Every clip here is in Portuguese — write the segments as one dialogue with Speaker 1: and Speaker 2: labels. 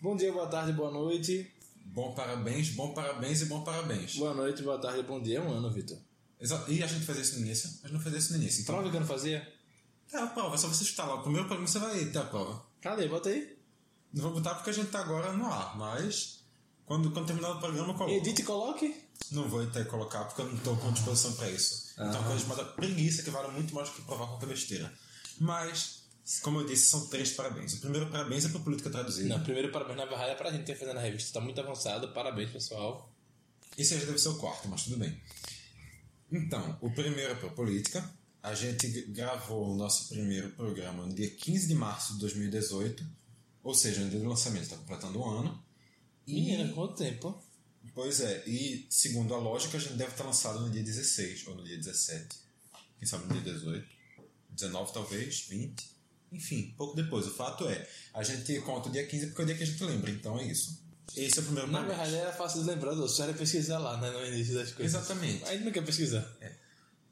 Speaker 1: Bom dia, boa tarde, boa noite.
Speaker 2: Bom parabéns, bom parabéns e bom parabéns.
Speaker 1: Boa noite, boa tarde, bom dia, é um ano, Vitor.
Speaker 2: Exa- E a gente fazia isso no início? A gente não fazia isso no início. Então,
Speaker 1: Prova que eu não fazia?
Speaker 2: tá a prova, é só você escutar lá o primeiro programa você vai ter a prova.
Speaker 1: Cadê? Bota aí.
Speaker 2: Não vou botar porque a gente tá agora no ar, mas quando, quando terminar o programa eu coloco.
Speaker 1: Edite e coloque.
Speaker 2: Não vou até colocar porque eu não tô com disposição pra isso. Então, coisa chamada preguiça que vale muito mais do que provar qualquer besteira. Mas, como eu disse, são três parabéns. O primeiro parabéns é pro Política Traduzida.
Speaker 1: Não, primeiro parabéns na verdade é pra gente ter fazendo na revista, tá muito avançado, parabéns pessoal.
Speaker 2: Esse já deve ser o quarto, mas tudo bem. Então, o primeiro é para política. A gente g- gravou o nosso primeiro programa no dia 15 de março de 2018, ou seja, no dia do lançamento, está completando um ano.
Speaker 1: Menina, quanto tempo?
Speaker 2: Pois é, e segundo a lógica, a gente deve ter lançado no dia 16 ou no dia 17. Quem sabe no dia 18, 19 talvez, 20. Enfim, pouco depois. O fato é, a gente conta o dia 15 porque é o dia que a gente lembra, então é isso. Esse é o primeiro
Speaker 1: Na
Speaker 2: parabéns.
Speaker 1: verdade era fácil de lembrar, doce, só era pesquisar lá, né, no início das coisas.
Speaker 2: Exatamente.
Speaker 1: Aí não quer pesquisar.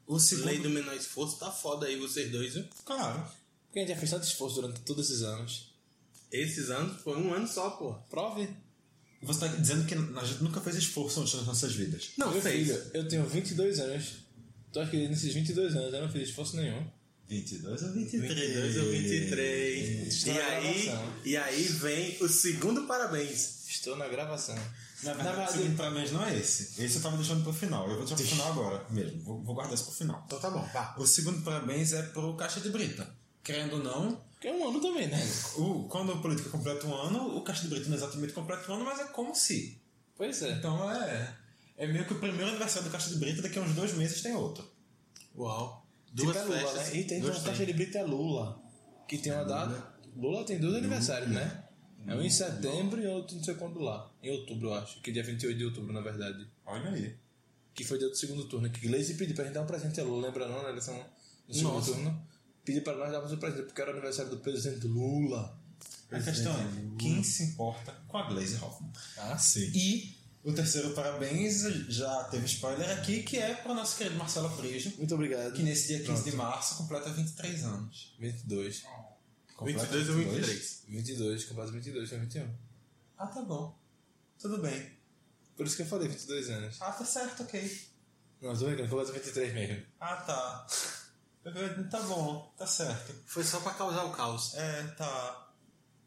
Speaker 2: O
Speaker 3: Lei
Speaker 2: segundo.
Speaker 3: do menor esforço tá foda aí, vocês dois, viu?
Speaker 2: Claro.
Speaker 1: Porque a gente já fez tanto esforço durante todos esses anos.
Speaker 3: Esses anos foi um ano só, porra.
Speaker 1: Prove.
Speaker 2: Você está dizendo que a gente nunca fez esforço antes nas nossas vidas.
Speaker 3: Não,
Speaker 1: Meu
Speaker 3: fez.
Speaker 1: filho, eu tenho 22 anos. Tu acha que nesses 22 anos eu não fiz esforço nenhum?
Speaker 2: 22 ou
Speaker 3: 22 ou 23.
Speaker 1: Está
Speaker 3: E
Speaker 1: na
Speaker 3: aí,
Speaker 1: gravação.
Speaker 3: e aí vem o segundo parabéns.
Speaker 1: Estou na gravação.
Speaker 2: Na verdade, o segundo parabéns não é esse. Esse eu tava deixando pro final. Eu vou deixar pro final agora mesmo. Vou, vou guardar isso pro final.
Speaker 3: Então tá bom, vá.
Speaker 2: O segundo parabéns é pro Caixa de Brita. Querendo ou não,
Speaker 1: Porque é um ano também, né?
Speaker 2: o, quando a política completa um ano, o Caixa de Brita não é exatamente completa um ano, mas é como se.
Speaker 1: Pois é.
Speaker 2: Então é. É meio que o primeiro aniversário do Caixa de Brita, daqui a uns dois meses tem outro.
Speaker 1: Uau.
Speaker 3: Duas
Speaker 1: tipo é Lula,
Speaker 3: festas,
Speaker 1: né? E tem
Speaker 3: duas
Speaker 1: uma caixa de brita é Lula. Que tem uma data. Lula tem dois aniversários, né? É um em setembro e outro não sei quando lá. Em outubro, eu acho. Que é dia 28 de outubro, na verdade.
Speaker 2: Olha aí.
Speaker 1: Que foi dia do segundo turno. Que Gleisi pediu pra gente dar um presente a Lula, lembra não? Na eleição do segundo
Speaker 2: Nossa.
Speaker 1: turno. Pediu pra nós darmos um presente, porque era o aniversário do presidente Lula.
Speaker 2: A questão é, quem se importa com a Glaze Hoffman?
Speaker 1: Ah, sim.
Speaker 2: E o terceiro parabéns, já teve spoiler aqui, que é para o nosso querido Marcelo Frijo,
Speaker 1: Muito obrigado.
Speaker 2: que nesse dia 15 de março completa 23 anos.
Speaker 1: 22.
Speaker 2: Completa
Speaker 3: 22 ou 23.
Speaker 1: 22, com base 22, foi 21.
Speaker 2: Ah, tá bom. Tudo bem.
Speaker 1: Por isso que eu falei 22 anos.
Speaker 2: Ah, tá certo, ok.
Speaker 1: Não, tô brincando, com base 23 mesmo.
Speaker 2: Ah, tá. Eu- Tá bom, tá certo.
Speaker 3: Foi só pra causar o caos.
Speaker 2: É, tá.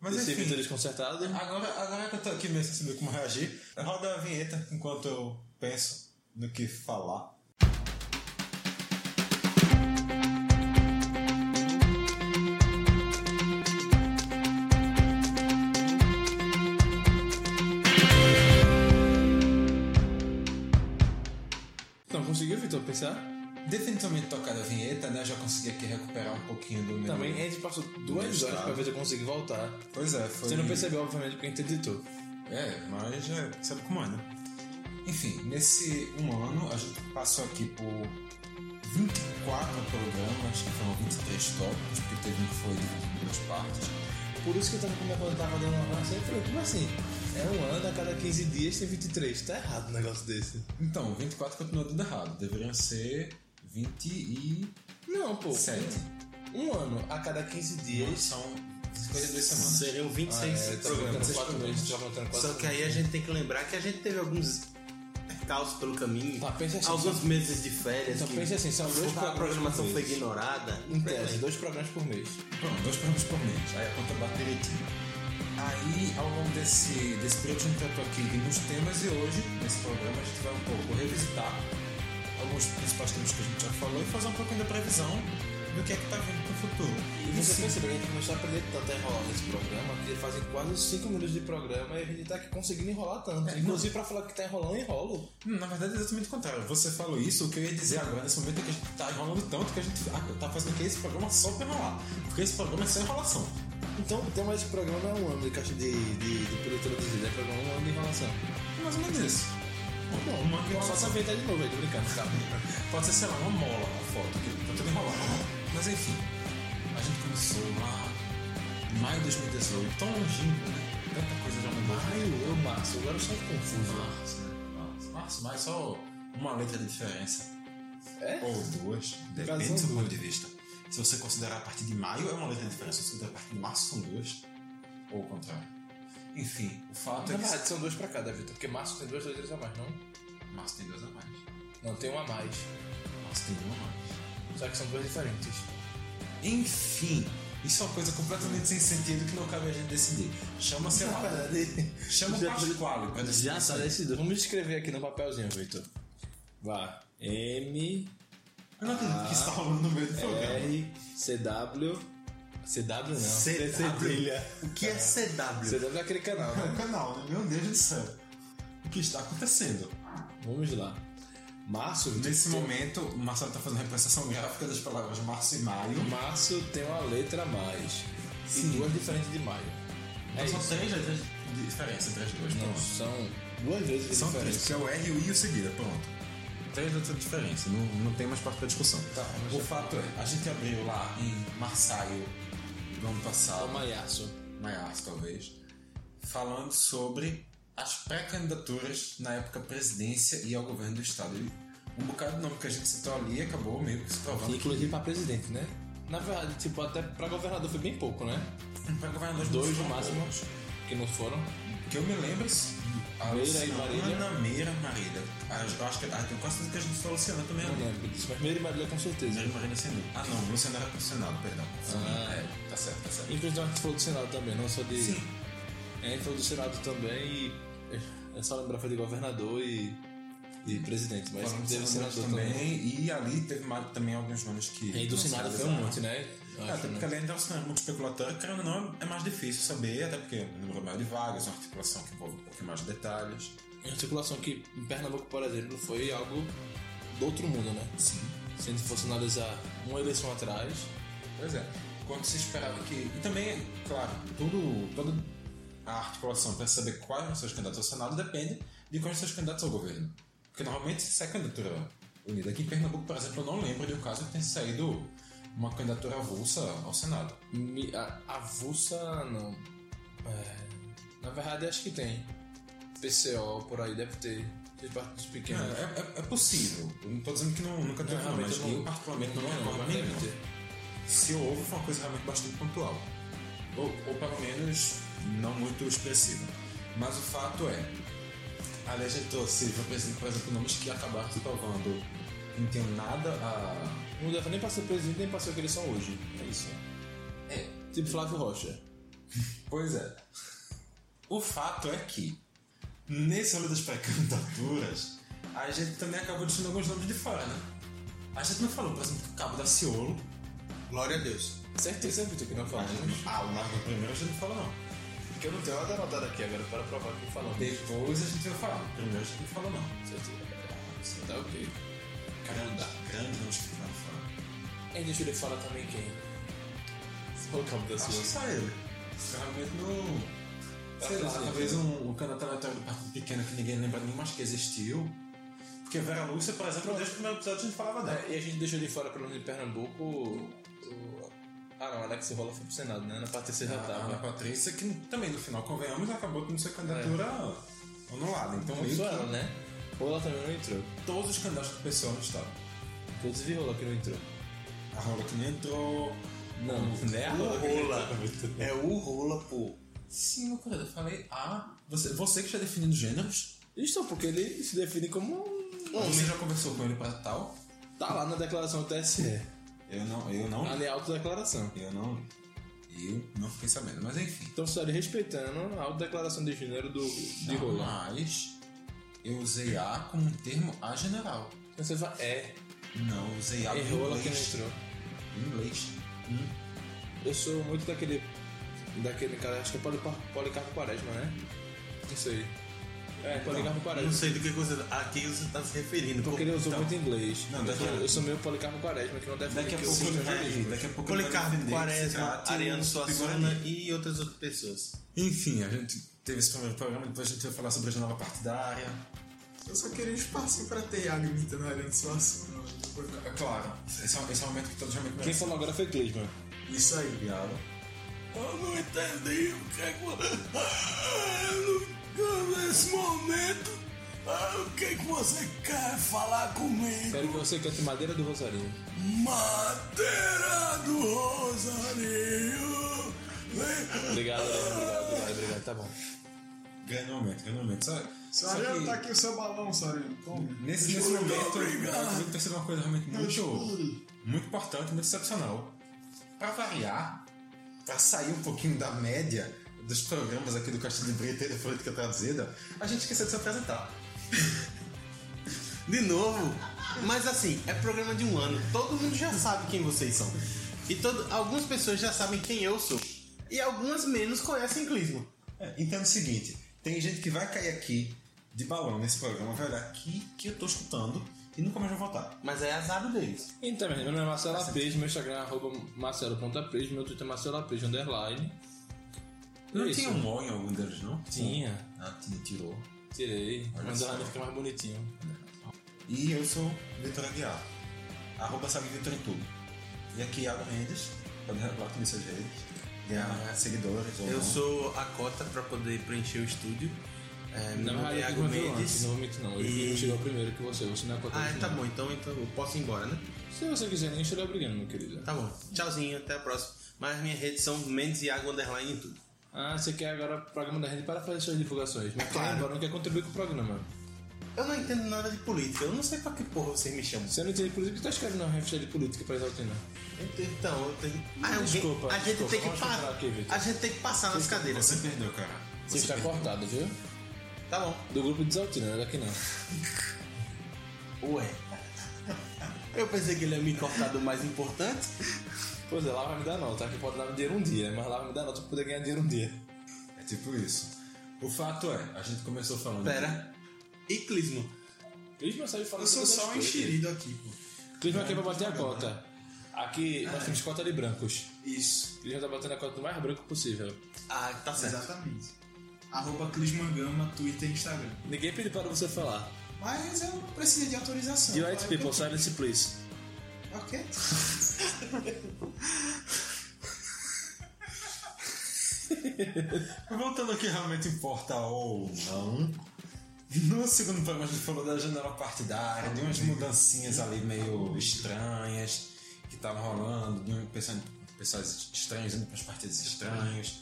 Speaker 2: Mas
Speaker 1: Esse
Speaker 2: enfim,
Speaker 1: Vitor desconcertado.
Speaker 2: agora, agora que eu tô aqui mesmo sem saber como reagir, roda a vinheta enquanto eu penso no que falar.
Speaker 1: Não, conseguiu, Vitor, pensar?
Speaker 2: Definitivamente tocada a vinheta, né? Já consegui aqui recuperar um pouquinho do meu.
Speaker 1: Também a gente passou
Speaker 2: Meu
Speaker 1: duas horas
Speaker 2: estado.
Speaker 1: pra ver se eu consegui voltar.
Speaker 2: Pois é, foi.
Speaker 1: Você não percebeu, obviamente, porque a gente editou.
Speaker 2: É, mas já sabe como é, né? Enfim, nesse um ano a gente passou aqui por 24 programas, que foram 23 tópicos, porque teve um que foi dividido em duas partes.
Speaker 1: Por isso que eu tava com minha quando tava dando uma massa eu falei, como assim? É um ano, a cada 15 dias tem 23. Tá errado um negócio desse.
Speaker 2: Então, 24 continua tudo errado, deveriam ser 27.
Speaker 1: Não, pô. Um ano, a cada 15
Speaker 2: Não,
Speaker 1: dias.
Speaker 2: São 52 semanas.
Speaker 3: Seriam 26
Speaker 1: é, tá
Speaker 3: programas.
Speaker 1: contando quatro meses, tá contando quatro
Speaker 3: Só que aí a gente tem que lembrar que a gente teve alguns caos pelo caminho.
Speaker 1: Tá, pensa assim,
Speaker 3: alguns meses de férias.
Speaker 1: Então
Speaker 3: que
Speaker 1: pensa assim, são dois
Speaker 3: a
Speaker 1: programas
Speaker 3: programação
Speaker 1: por
Speaker 3: foi
Speaker 1: mês.
Speaker 3: ignorada.
Speaker 1: Em tese, dois programas por mês.
Speaker 2: Pronto, dois programas por mês. Aí é a conta bate direitinho. Aí, ao longo desse, desse período, a gente tratou aqui de alguns temas e hoje, nesse programa, a gente vai um pouco revisitar alguns principais temas que a gente já falou e fazer um pouquinho da previsão do que é que tá vindo pro futuro.
Speaker 1: E você percebeu que tá a gente começou a aprender tanto a enrolar nesse programa, que fazem quase 5 minutos de programa e a gente tá aqui conseguindo enrolar tanto. Inclusive, pra falar que tá enrolando, eu enrolo.
Speaker 2: Hum, Na verdade, é exatamente o contrário. Você falou isso, o que eu ia dizer agora nesse momento é que a gente tá enrolando tanto que a gente ah, tá fazendo aqui esse programa só pra enrolar. Porque esse programa é só enrolação.
Speaker 1: Então, o tema desse programa é um ano de caixa de, de, de produtora de vida, é programa um ano de enrolação.
Speaker 2: É mais ou menos isso.
Speaker 1: Bom,
Speaker 2: uma
Speaker 1: eu só
Speaker 2: enrolação.
Speaker 1: sabia até de novo, aí, tô brincando, tá?
Speaker 2: Pode ser, sei lá, uma mola na foto, que tá tudo enrolado. Mas enfim, a gente começou lá em maio de 2018, tão longínquo, né? Tanta coisa já mudou.
Speaker 1: Maio, eu, março, agora eu sou confuso.
Speaker 2: Março, né? Março, março, mas só uma letra de diferença.
Speaker 1: É?
Speaker 2: Ou duas,
Speaker 1: caso,
Speaker 2: depende
Speaker 1: são
Speaker 2: do seu ponto
Speaker 1: duas.
Speaker 2: de vista. Se você considerar a partir de maio, é uma letra de diferença. Se você considerar a partir de março, são duas. Ou o contrário. Enfim, o fato
Speaker 1: Na
Speaker 2: é
Speaker 1: verdade, são duas pra cada, Vitor. Porque março tem duas letras a mais, não?
Speaker 2: que. Márcio tem duas a mais.
Speaker 1: Não, tem uma a mais.
Speaker 2: Márcio tem uma a mais.
Speaker 1: Só que são duas diferentes.
Speaker 2: Enfim, isso é uma coisa completamente sem sentido que não cabe a gente decidir. Chama-se a Chama o
Speaker 3: Já-
Speaker 2: Pasquale pra decidir.
Speaker 3: Já tá decidido.
Speaker 1: Vamos escrever aqui no papelzinho, Vitor. Vá. M,
Speaker 2: Eu não acredito que isso tá rolando no meio do programa.
Speaker 1: R, CW. CW não.
Speaker 3: CW. O que é CW?
Speaker 1: CW é aquele canal,
Speaker 2: É
Speaker 1: né?
Speaker 2: um canal, né? Meu Deus do céu. O que está acontecendo?
Speaker 1: Vamos lá. Março, Vitor.
Speaker 2: Nesse
Speaker 1: tem-
Speaker 2: momento, o Marcelo tá fazendo a representação gráfica das palavras março e maio.
Speaker 1: Março tem uma letra a mais.
Speaker 2: Sim.
Speaker 1: E duas diferentes de maio. É
Speaker 2: São
Speaker 1: isso.
Speaker 2: três letras de diferença entre as duas.
Speaker 1: Não,
Speaker 2: pronto.
Speaker 1: são duas vezes de
Speaker 2: São três,
Speaker 1: diferença.
Speaker 2: porque é o R, o I e o seguida, pronto. Três letras de diferença, não, não tem mais parte pra discussão.
Speaker 1: mas
Speaker 2: o
Speaker 1: já-
Speaker 2: fato é, a gente abriu lá em Marsaio no ano
Speaker 1: É o
Speaker 2: passado,
Speaker 1: maiaço.
Speaker 2: Maiás talvez, falando sobre as pré-candidaturas na época à presidência e ao governo do estado. E um bocado de nome que a gente citou ali acabou meio que se provando
Speaker 1: Inclusive pra presidente, né? Na verdade, tipo, até pra governador foi bem pouco, né?
Speaker 2: que para governadores
Speaker 1: Dois
Speaker 2: não
Speaker 1: no
Speaker 2: foram
Speaker 1: máximo
Speaker 2: poucos.
Speaker 1: que não foram.
Speaker 2: Que eu me lembro, a
Speaker 1: Meira e
Speaker 2: Luciana
Speaker 1: Marília.
Speaker 2: Meira Marília. Eu acho que ah, tenho quase certeza que a gente falou Luciana também. né?
Speaker 1: Não lembro disso, mas Meire Marília com certeza.
Speaker 2: Meira e Marília sem dúvida. Ah não, Luciana era condicionado, perdão.
Speaker 1: Ah.
Speaker 2: É, tá certo, tá certo.
Speaker 1: Inclusive, a gente falou do Senado também, não só de.
Speaker 2: Sim.
Speaker 1: A gente falou do Senado também e. É só lembrar, foi de governador e. e presidente, mas
Speaker 2: Falando
Speaker 1: teve
Speaker 2: de
Speaker 1: senador
Speaker 2: senadores
Speaker 1: também.
Speaker 2: também, e ali teve mais- também alguns nomes que.
Speaker 1: E do
Speaker 2: não
Speaker 1: Senado
Speaker 2: se
Speaker 1: foi um
Speaker 2: realizaram.
Speaker 1: monte, né? Eu
Speaker 2: É,
Speaker 1: acho,
Speaker 2: até
Speaker 1: né?
Speaker 2: porque além de ser muito especulatório, querendo ou não, é mais difícil saber, até porque o número é maior de vagas, uma articulação que envolve um pouquinho mais de detalhes.
Speaker 1: Uma articulação que em Pernambuco, por exemplo, foi algo do outro mundo, né?
Speaker 2: Sim.
Speaker 1: Se a gente fosse analisar uma eleição atrás,
Speaker 2: Pois é. Quando se esperava que. E também, claro, tudo, toda a articulação para saber quais são os seus candidatos ao Senado depende de quais são os seus candidatos ao governo. Porque normalmente se é candidatura unida. Aqui em Pernambuco, por exemplo, eu não lembro de um caso que tenha saído uma candidatura avulsa ao Senado.
Speaker 1: me- a avulsa não. É, na verdade, acho que tem. PCO por aí deve ter. Tem partidos
Speaker 2: É,
Speaker 1: pequenos.
Speaker 2: é, é possível. Eu não estou dizendo que não, nunca teve, não,
Speaker 1: realmente
Speaker 2: mas
Speaker 1: eu não-
Speaker 2: eu particularmente não
Speaker 1: Não, é
Speaker 2: recordo
Speaker 1: mas deve
Speaker 2: nenhum.
Speaker 1: ter.
Speaker 2: Se houve, foi uma coisa realmente bastante pontual. Ou, ou pelo menos não muito expressiva. Mas o fato é, a legenda trouxe para presidente, por exemplo, nomes que acabaram se provando que não tinham nada a.
Speaker 1: Não deve nem passar presidente, nem passar o que eles são hoje. É isso.
Speaker 2: É,
Speaker 1: Tipo Flávio Rocha.
Speaker 2: Pois é. O fato é que, nesse olho das pré-candidaturas, a gente também acabou deixando alguns nomes de fora, né? A gente não falou, por exemplo, que o Cabo da Ciolo.
Speaker 3: Glória a Deus.
Speaker 1: Certeza, Vitor, que não
Speaker 2: A
Speaker 1: fala.
Speaker 2: gente- Ah, o Narco primeiro a gente não falou, não.
Speaker 1: Porque eu não tenho nada anotado aqui agora para provar que falamos.
Speaker 2: Depois a gente vai falar. Primeiro a gente não falou, não.
Speaker 1: Certeza. Tá ok.
Speaker 2: Grande, grande nomes que ficaram fora.
Speaker 1: Aí É, deixa ele falar também quem. Só o cabo da
Speaker 2: Acho que
Speaker 1: sua.
Speaker 2: só ele. Realmente não. Sei
Speaker 1: Acho
Speaker 2: lá,
Speaker 1: que sim.
Speaker 2: talvez um, um candidato aleatório do partido pequeno que ninguém lembra nem mais que existiu. Porque Vera Lúcia, por exemplo, desde o primeiro episódio a gente falava dela.
Speaker 1: É, e a gente deixou de fora, pelo menos em Pernambuco. o- o- Ah, não, Alex Rola foi pro Senado, né? Na parte terceira
Speaker 2: A Ana
Speaker 1: tava.
Speaker 2: Patrícia, que também no final, convenhamos, acabou tendo sua candidatura anulada. Então,
Speaker 1: Não
Speaker 2: meio
Speaker 1: só
Speaker 2: que
Speaker 1: ela, né? Rola também não entrou.
Speaker 2: todos os candidatos do pessoal não estavam.
Speaker 1: Todos vi Rola que não entrou.
Speaker 2: A Rola que não entrou.
Speaker 1: Não,
Speaker 2: né? A
Speaker 3: O
Speaker 2: Rola. que-
Speaker 3: rola. É o rola, pô.
Speaker 2: Sim, meu querido, eu falei, ah, você, você que está definindo gêneros?
Speaker 1: Isso, porque ele se define como. um-
Speaker 2: Você já conversou com ele para tal?
Speaker 1: Tá lá na declaração do TSE.
Speaker 2: Eu não, eu não.
Speaker 1: Tá ali a autodeclaração.
Speaker 2: Eu não. Eu não fiquei sabendo, mas enfim.
Speaker 1: Então você estaria respeitando a autodeclaração de gênero do, de Rola.
Speaker 2: Mas eu usei A como um termo a general.
Speaker 1: Então você fala, é,
Speaker 2: Não, eu usei A em
Speaker 1: é Rola que não
Speaker 2: inglês.
Speaker 1: entrou.
Speaker 2: Em inglês. Hum.
Speaker 1: Eu sou muito daquele. Daquele cara, acho que é Polipa- Policarpo Quaresma, né? Não sei. É,
Speaker 2: então.
Speaker 1: Policarpo
Speaker 3: Não
Speaker 1: Quaresma.
Speaker 3: sei do que você. A que você tá se referindo.
Speaker 1: Porque ele usou
Speaker 3: Então,
Speaker 1: muito inglês.
Speaker 2: Não,
Speaker 1: eu,
Speaker 2: daqui
Speaker 1: sou,
Speaker 2: a-
Speaker 1: eu sou meio Policarpo Quaresma, que não deve
Speaker 2: Daqui a
Speaker 1: que
Speaker 2: pouco né?
Speaker 1: eu
Speaker 2: ele
Speaker 1: sou
Speaker 2: vai.
Speaker 1: jornalista.
Speaker 2: Daqui a pouco ele vai tá
Speaker 3: Policarpo
Speaker 2: defender esse
Speaker 3: Quaresma,
Speaker 2: trato
Speaker 3: Ariano Suassuna
Speaker 2: figurativo.
Speaker 3: e outras outras pessoas.
Speaker 2: Enfim, a gente teve esse primeiro programa, depois a gente vai falar sobre a nova partidária.
Speaker 4: Eu só queria um espacinho pra ter algo imitando a Ariane Suassuna. hoje, depois da-
Speaker 2: É claro, esse é, esse é o momento que todos realmente
Speaker 1: Quem
Speaker 2: merecem.
Speaker 1: falou agora foi Clisman.
Speaker 4: Isso aí.
Speaker 2: Obrigado.
Speaker 3: Eu não entendi o que é que você. Nesse momento, o que é que você quer falar comigo?
Speaker 1: Quero que você cante Madeira do Rosarinho.
Speaker 3: Madeira do Rosario.
Speaker 1: Obrigado, Ariano, obrigado, obrigado, obrigado. Tá bom.
Speaker 2: Grande momento, grande momento. Só, só
Speaker 4: Sarino,
Speaker 2: que
Speaker 4: tá aqui o seu balão, Sarino. Tome.
Speaker 2: nesse, nesse
Speaker 3: Juro,
Speaker 2: momento eu
Speaker 3: obrigado.
Speaker 2: acredito que uma coisa realmente muito,
Speaker 4: Escure.
Speaker 2: muito importante, muito excepcional. Pra variar, pra sair um pouquinho da média dos programas aqui do Castelo de Brito e da Política Traduzida, a gente esqueceu de se apresentar.
Speaker 5: De novo. Mas assim, é programa de um ano. Todo mundo já sabe quem vocês são. E todo, algumas pessoas já sabem quem eu sou. E algumas menos conhecem Clismo.
Speaker 2: É, entendo o seguinte, tem gente que vai cair aqui de balão nesse programa, vai olhar aqui que eu tô escutando e nunca mais vai voltar.
Speaker 5: Mas é azar deles.
Speaker 1: Então, meu nome é
Speaker 2: Tá
Speaker 1: Marcelo Apres, meu Instagram é arroba marcelo.apres, meu Twitter é marceloapres, underline. É
Speaker 2: Não
Speaker 1: Isso.
Speaker 2: tinha um mó em algum deles, não?
Speaker 1: Tinha.
Speaker 2: Ah, tinha, tirou.
Speaker 1: Tirei.
Speaker 2: Olha
Speaker 1: Mas
Speaker 2: só.
Speaker 1: ela fica mais bonitinho.
Speaker 2: E eu sou Vitor Aguiar, arroba sabe Vitor em tudo. E aqui é Iago Mendes, pode revelar também suas redes, ganhar seguidores ou
Speaker 5: Eu
Speaker 2: não.
Speaker 5: sou a cota pra poder preencher o estúdio. É, meu
Speaker 1: Na
Speaker 5: nome é
Speaker 1: verdade, eu fui
Speaker 5: Iago
Speaker 1: mais antes,
Speaker 5: Mendes.
Speaker 1: não vou mentir não. Ele
Speaker 5: E-
Speaker 1: chegou primeiro que você, você não é contado
Speaker 5: Ah,
Speaker 1: de
Speaker 5: tá
Speaker 1: nada.
Speaker 5: bom, então, então eu posso ir embora, né?
Speaker 1: Se você quiser, nem estiver brigando, meu querido.
Speaker 5: Tá bom. Tchauzinho, até a próxima. Mas minhas redes são Mendes e Água Underline em tudo.
Speaker 1: Ah, você quer agora o programa da rede para fazer suas divulgações. Mas claro. agora não quer contribuir com o programa.
Speaker 5: Eu não entendo nada de política, eu não sei pra que porra vocês me chamam.
Speaker 1: Você não entende política, que tá escrevendo uma revista de política pra Exaltina.
Speaker 5: Então, eu tenho. Ah, alguém-
Speaker 1: Desculpa,
Speaker 5: a gente
Speaker 1: desculpa,
Speaker 5: tem que
Speaker 1: vamos
Speaker 5: parar.
Speaker 1: entrar aqui, Vitor.
Speaker 5: A gente tem que passar nas cadeiras.
Speaker 2: Você perdeu, cara.
Speaker 1: Você está cortado, viu?
Speaker 5: Tá bom.
Speaker 1: Do grupo de Exaltina, não é daqui não.
Speaker 5: Ué. Eu pensei que ele ia me cortar do mais importante.
Speaker 1: Pois é, lá vai me dar nota. Aqui pode dar dinheiro um dia, mas lá vai me dar nota pra poder ganhar dinheiro um dia.
Speaker 2: É tipo isso. O fato é, a gente começou falando...
Speaker 5: Pera. E Clismo?
Speaker 1: Clisma sabe falar
Speaker 4: Eu sou
Speaker 1: todas as
Speaker 4: só um
Speaker 1: coisas.
Speaker 4: enxerido aqui, pô.
Speaker 1: Clisma aqui é pra bater a cota. Aqui nós temos cota de brancos.
Speaker 4: Isso,
Speaker 1: Clisma tá batendo a cota do mais branco possível.
Speaker 5: Ah, tá certo.
Speaker 4: exatamente. Arroba Clismangama, Twitter e Instagram.
Speaker 1: Ninguém pediu para você falar.
Speaker 4: Mas eu não preciso de autorização.
Speaker 1: The
Speaker 4: Vai,
Speaker 1: white people, silence please.
Speaker 4: Ok.
Speaker 2: Voltando ao que realmente importa ou não. No segundo programa a gente falou da janela partidária, de umas mudancinhas ali meio estranhas que estavam rolando, de um pensando pessoas estranhas indo para os partidos estranhos,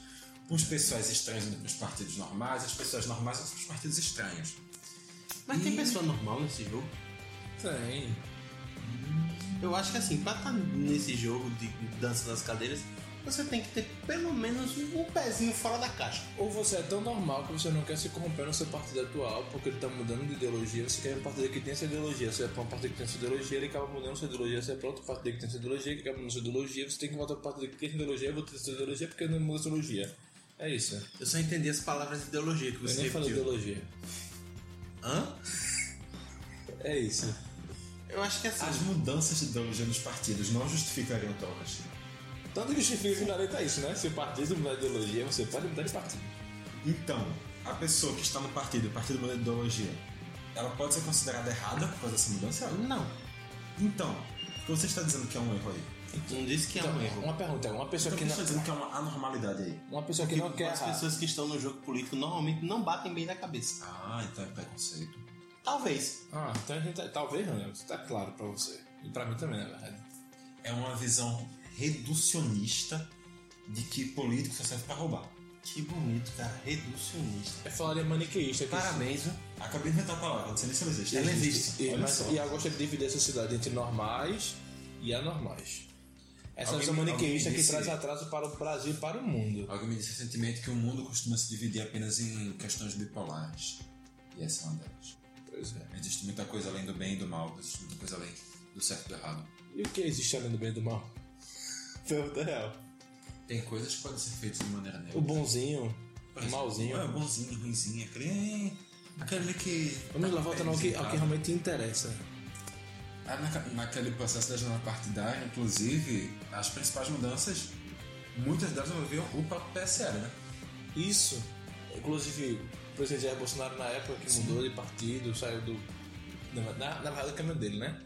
Speaker 2: uns pessoais estranhos indo para os partidos normais, as pessoas normais indo para os partidos estranhos.
Speaker 5: Mas tem pessoa normal nesse jogo?
Speaker 1: Tem.
Speaker 5: Eu acho que assim, pra estar nesse jogo de dança nas cadeiras, você tem que ter pelo menos um pezinho fora da caixa.
Speaker 1: Ou você é tão normal que você não quer se corromper no seu partido atual porque ele tá mudando de ideologia, você quer um partido que tem essa ideologia, você é pra um partido que tem essa ideologia, ele acaba mudando sua ideologia, você é pra outro partido que tem essa ideologia, que acaba mudando sua ideologia, você tem que votar pro partido que tem essa ideologia, vou ter essa ideologia porque não muda a sua ideologia. É isso.
Speaker 5: Eu só entendi as palavras de ideologia que
Speaker 1: Eu
Speaker 5: você
Speaker 1: nem falei
Speaker 5: repetiu.
Speaker 1: ideologia.
Speaker 5: Hã?
Speaker 1: É isso.
Speaker 5: Eu acho que é assim.
Speaker 2: As mudanças de ideologia nos partidos não justificariam trocas.
Speaker 1: Tanto que justifica que na lei tá isso, né? Se o partido mudar de ideologia, você pode mudar de partido.
Speaker 2: Então, a pessoa que está no partido, o partido muda de ideologia, ela pode ser considerada errada por causa dessa mudança?
Speaker 5: Não.
Speaker 2: Então, o que você está dizendo que é um erro aí?
Speaker 5: Não disse que é
Speaker 1: Então,
Speaker 5: um erro.
Speaker 1: uma pergunta, uma pessoa
Speaker 2: Então,
Speaker 1: que
Speaker 2: quem está
Speaker 1: não,
Speaker 2: dizendo que é uma anormalidade aí?
Speaker 1: uma pessoa que é, não quer
Speaker 5: As
Speaker 1: errar.
Speaker 5: pessoas que estão no jogo político normalmente não batem bem na cabeça.
Speaker 2: Ah, então é preconceito.
Speaker 5: Talvez.
Speaker 1: Ah, então a gente tá, talvez não, né? Isso tá claro pra você. E pra mim também, na verdade.
Speaker 2: É uma visão reducionista de que político só serve pra roubar.
Speaker 5: Que bonito, cara. Reducionista.
Speaker 1: Eu falaria É maniqueísta. Que
Speaker 5: Parabéns, viu?
Speaker 2: Acabei de inventar a palavra, não sei nem se ela
Speaker 1: E,
Speaker 2: existe.
Speaker 5: Ela
Speaker 2: Olha
Speaker 1: É, mas,
Speaker 2: só.
Speaker 1: e ela gosta de dividir a sociedade entre normais e anormais. Essa
Speaker 2: Alguém-
Speaker 1: visão maniqueísta
Speaker 2: alguém
Speaker 1: que
Speaker 2: disse-
Speaker 1: traz atraso para o Brasil e para o mundo.
Speaker 2: Alguém me disse recentemente que o mundo costuma se dividir apenas em questões bipolares. E essa é uma delas.
Speaker 1: Pois é.
Speaker 2: Existe muita coisa além do bem e do mal, existe muita coisa além do certo e do errado.
Speaker 1: E o que existe além do bem e do mal? Pergunta real.
Speaker 2: Tem coisas que podem ser feitas de maneira neutra.
Speaker 1: O bonzinho, o malzinho.
Speaker 2: É, bonzinho, ruimzinho, aquele. aquele que. tá
Speaker 1: Vamos lá, voltando ao que, ao que realmente interessa.
Speaker 2: Ah, naca- naquele processo da janela partidária, inclusive, as principais mudanças, muitas delas envolviam o próprio PSL, né?
Speaker 1: Isso, inclusive, o presidente Jair Bolsonaro na época que mudou de partido, saiu do. Na, na, na verdade, o caminho dele, né?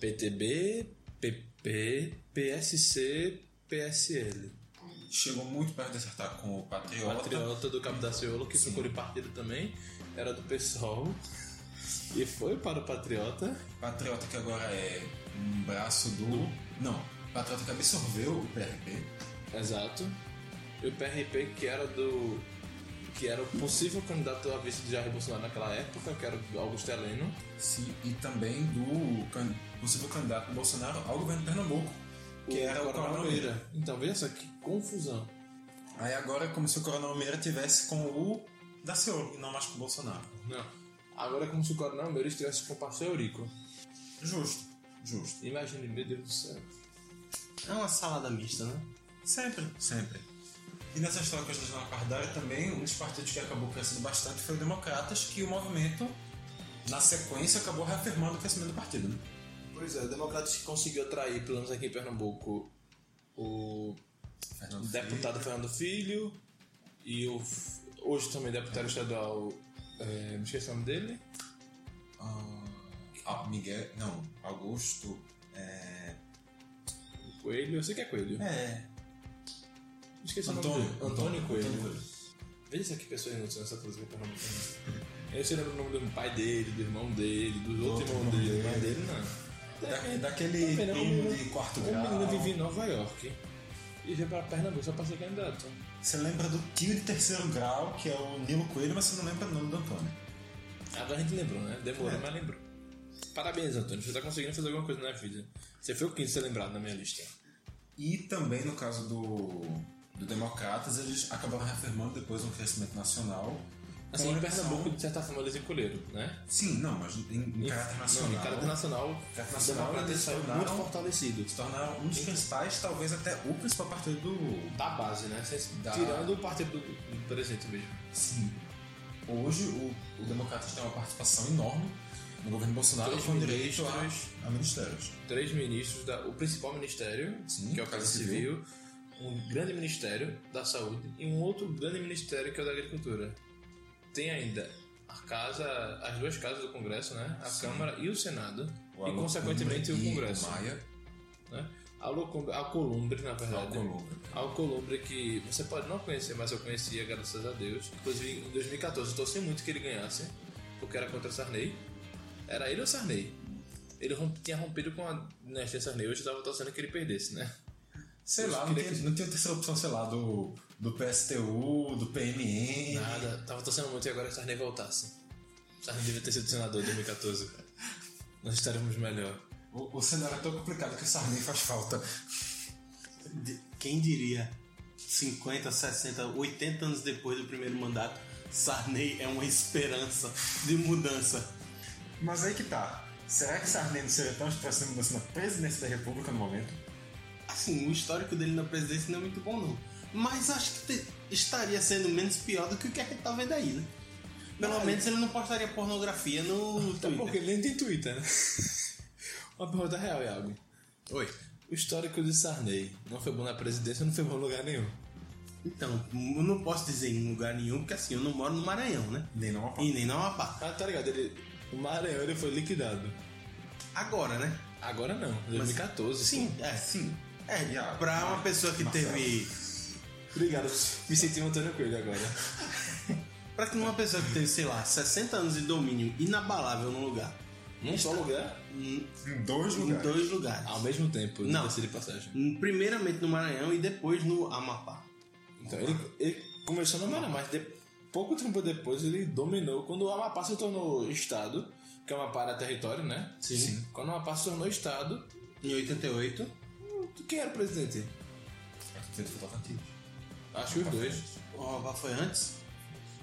Speaker 1: PTB, PP, PSC, PSL.
Speaker 2: Chegou muito perto de acertar com o Patriota.
Speaker 1: Patriota do Cabo da Ciolo, que trocou de partido também, era do PSOL. E foi para o Patriota.
Speaker 2: Patriota que agora é um braço do. Não, Patriota que absorveu o PRP.
Speaker 1: Exato. E o PRP, que era do que era o possível candidato à vice de Jair Bolsonaro naquela época, que era o Augusto Heleno.
Speaker 2: Sim, e também do can- possível candidato do Bolsonaro ao governo de Pernambuco, que era o
Speaker 1: Coronel
Speaker 2: Coronel Meira.
Speaker 1: Moreira. Então, veja só que confusão.
Speaker 2: Aí agora é como se o Coronel Meira tivesse com o Daciolo e não mais com o Bolsonaro.
Speaker 1: Não. Agora é como se o Coronel Meira estivesse com o pastor Eurico.
Speaker 2: Justo, justo.
Speaker 1: Imagine, meu Deus do céu.
Speaker 5: É uma salada mista, né?
Speaker 2: Sempre, sempre. E nessas trocas da Zona Cardário também, um dos partidos que acabou crescendo bastante foi o Democratas, que o movimento, na sequência, acabou reafirmando o crescimento do partido. né?
Speaker 1: Pois é, o Democratas que conseguiu atrair, pelo menos aqui em Pernambuco, o
Speaker 2: Fernando
Speaker 1: deputado Fernando Filho e o f- hoje também deputado estadual, é, me esqueci o nome dele,
Speaker 2: Ah, ah, Miguel. Não, Augusto. É.
Speaker 1: o Coelho, eu sei que é Coelho.
Speaker 2: é
Speaker 1: Esqueci o
Speaker 2: Antônio.
Speaker 1: nome dele. Antônio Coelho.
Speaker 2: Antônio Coelho.
Speaker 1: Veja só que pessoa inútil nessa política pernambucana. né? Eu sei lembro o nome do pai dele, do irmão dele, do outro
Speaker 2: outro
Speaker 1: irmão
Speaker 2: irmão
Speaker 1: dele,
Speaker 2: dele.
Speaker 1: do pai dele, não.
Speaker 2: Da, daquele
Speaker 1: Também não,
Speaker 2: primo
Speaker 1: né?
Speaker 2: de quarto
Speaker 1: O menino
Speaker 2: grau.
Speaker 1: vivia em Nova York e veio para Pernambuco só para ser candidato.
Speaker 2: Você lembra do tio de terceiro grau, que é o Nilo Coelho, mas você não lembra o nome do Antônio.
Speaker 1: Agora a gente lembrou, né? Demorou,
Speaker 2: É.
Speaker 1: mas lembrou. Parabéns, Antônio. Você tá conseguindo fazer alguma coisa na vida. Você foi o quinto a ser lembrado na minha lista.
Speaker 2: E também no caso do, do Democratas, eles acabaram reafirmando depois um crescimento nacional.
Speaker 1: Assim,
Speaker 2: Com
Speaker 1: em
Speaker 2: eleição-
Speaker 1: Pernambuco, de certa forma, eles encolheram, né?
Speaker 2: Sim, não, mas em, em caráter nacional.
Speaker 1: Não, em caráter nacional,
Speaker 2: Caráter
Speaker 1: o
Speaker 2: nacional,
Speaker 1: Democrata
Speaker 2: eles
Speaker 1: saiu
Speaker 2: tornaram-
Speaker 1: muito fortalecido.
Speaker 2: Se tornaram um dos principais, talvez até o principal partido do,
Speaker 1: Da base, né? Vocês-
Speaker 2: Da-
Speaker 1: Tirando o partido do- do presente mesmo.
Speaker 2: Sim. Hoje o, o Democratas tem uma participação enorme no governo Bolsonaro
Speaker 1: Três
Speaker 2: com direito
Speaker 1: ministros.
Speaker 2: a, a ministérios.
Speaker 1: Três ministros, da, o principal ministério,
Speaker 2: Sim,
Speaker 1: que é o Casa
Speaker 2: Casa
Speaker 1: Civil, um grande ministério da Saúde e um outro grande ministério que é o da Agricultura. Tem ainda a casa, as duas casas do Congresso, né? A Câmara e o Senado, e
Speaker 2: Alcolumbre
Speaker 1: consequentemente o
Speaker 2: e
Speaker 1: Congresso.
Speaker 2: o Maia,
Speaker 1: né? A, Locum- a Columbre, na verdade.
Speaker 2: Alcolumbre.
Speaker 1: Alcolumbre que você pode não conhecer, mas eu conhecia, graças a Deus. Inclusive, em 2014, eu torci muito que ele ganhasse, porque era contra Sarney. Era ele ou Sarney? Ele romp- tinha rompido com a dinastia Sarney, hoje eu tava torcendo que ele perdesse, né?
Speaker 2: Sei
Speaker 1: Eu
Speaker 2: lá, não
Speaker 1: queria
Speaker 2: tinha, não tinha terceira opção, sei lá, do, do PSTU, do PMN.
Speaker 1: Nada, tava torcendo muito e agora que Sarney voltasse. Sarney assim. devia ter sido senador em 2014. Nós estaremos melhor.
Speaker 2: O, o cenário é tão complicado que o Sarney faz falta.
Speaker 5: De- Quem diria? 50, 60, 80 anos depois do primeiro mandato, Sarney é uma esperança de mudança.
Speaker 2: Mas aí que tá. Será que Sarney não seria tão expressivo mudança na presidência da República no momento?
Speaker 5: Assim, o histórico dele na presidência não é muito bom, não. Mas acho que te- estaria sendo menos pior do que o que a gente tá vendo aí, né? Pelo menos ele não postaria pornografia no
Speaker 1: Até Tá, porque
Speaker 5: Twitter.
Speaker 1: ele nem tem Twitter, né? Uma pergunta real, Iago.
Speaker 5: Oi.
Speaker 1: O histórico de Sarney não foi bom na presidência, não foi bom em lugar nenhum.
Speaker 5: Então, eu não posso dizer em lugar nenhum, porque assim, eu não moro no Maranhão, né?
Speaker 2: Nem não
Speaker 5: E nem na Amapá.
Speaker 1: Ah, tá ligado? Ele, o Maranhão ele foi liquidado.
Speaker 5: Agora, né?
Speaker 1: Agora não, 2014.
Speaker 5: Sim, é.
Speaker 2: Sim.
Speaker 5: É,
Speaker 2: Iago,
Speaker 5: pra uma pessoa que
Speaker 2: Marcelo.
Speaker 5: teve
Speaker 1: Obrigado. Me senti um Antônio Coelho agora.
Speaker 5: Pra que uma pessoa que teve, sei lá, 60 anos de domínio inabalável num lugar,
Speaker 1: Num só lugar,
Speaker 5: em,
Speaker 2: Em dois
Speaker 5: em
Speaker 2: lugares.
Speaker 5: dois lugares.
Speaker 1: ao mesmo tempo,
Speaker 5: Não.
Speaker 1: não de passagem.
Speaker 5: Em- Primeiramente no Maranhão e depois no Amapá.
Speaker 1: Então, ele, ele começou no Maranhão, mas de- pouco tempo depois ele dominou. Quando o Amapá se tornou estado, que é o Amapá era território, né?
Speaker 5: Sim.
Speaker 1: Quando o Amapá se tornou estado,
Speaker 5: Em 88,
Speaker 1: quem era o presidente? Acho que os dois.
Speaker 5: o Amapá foi antes.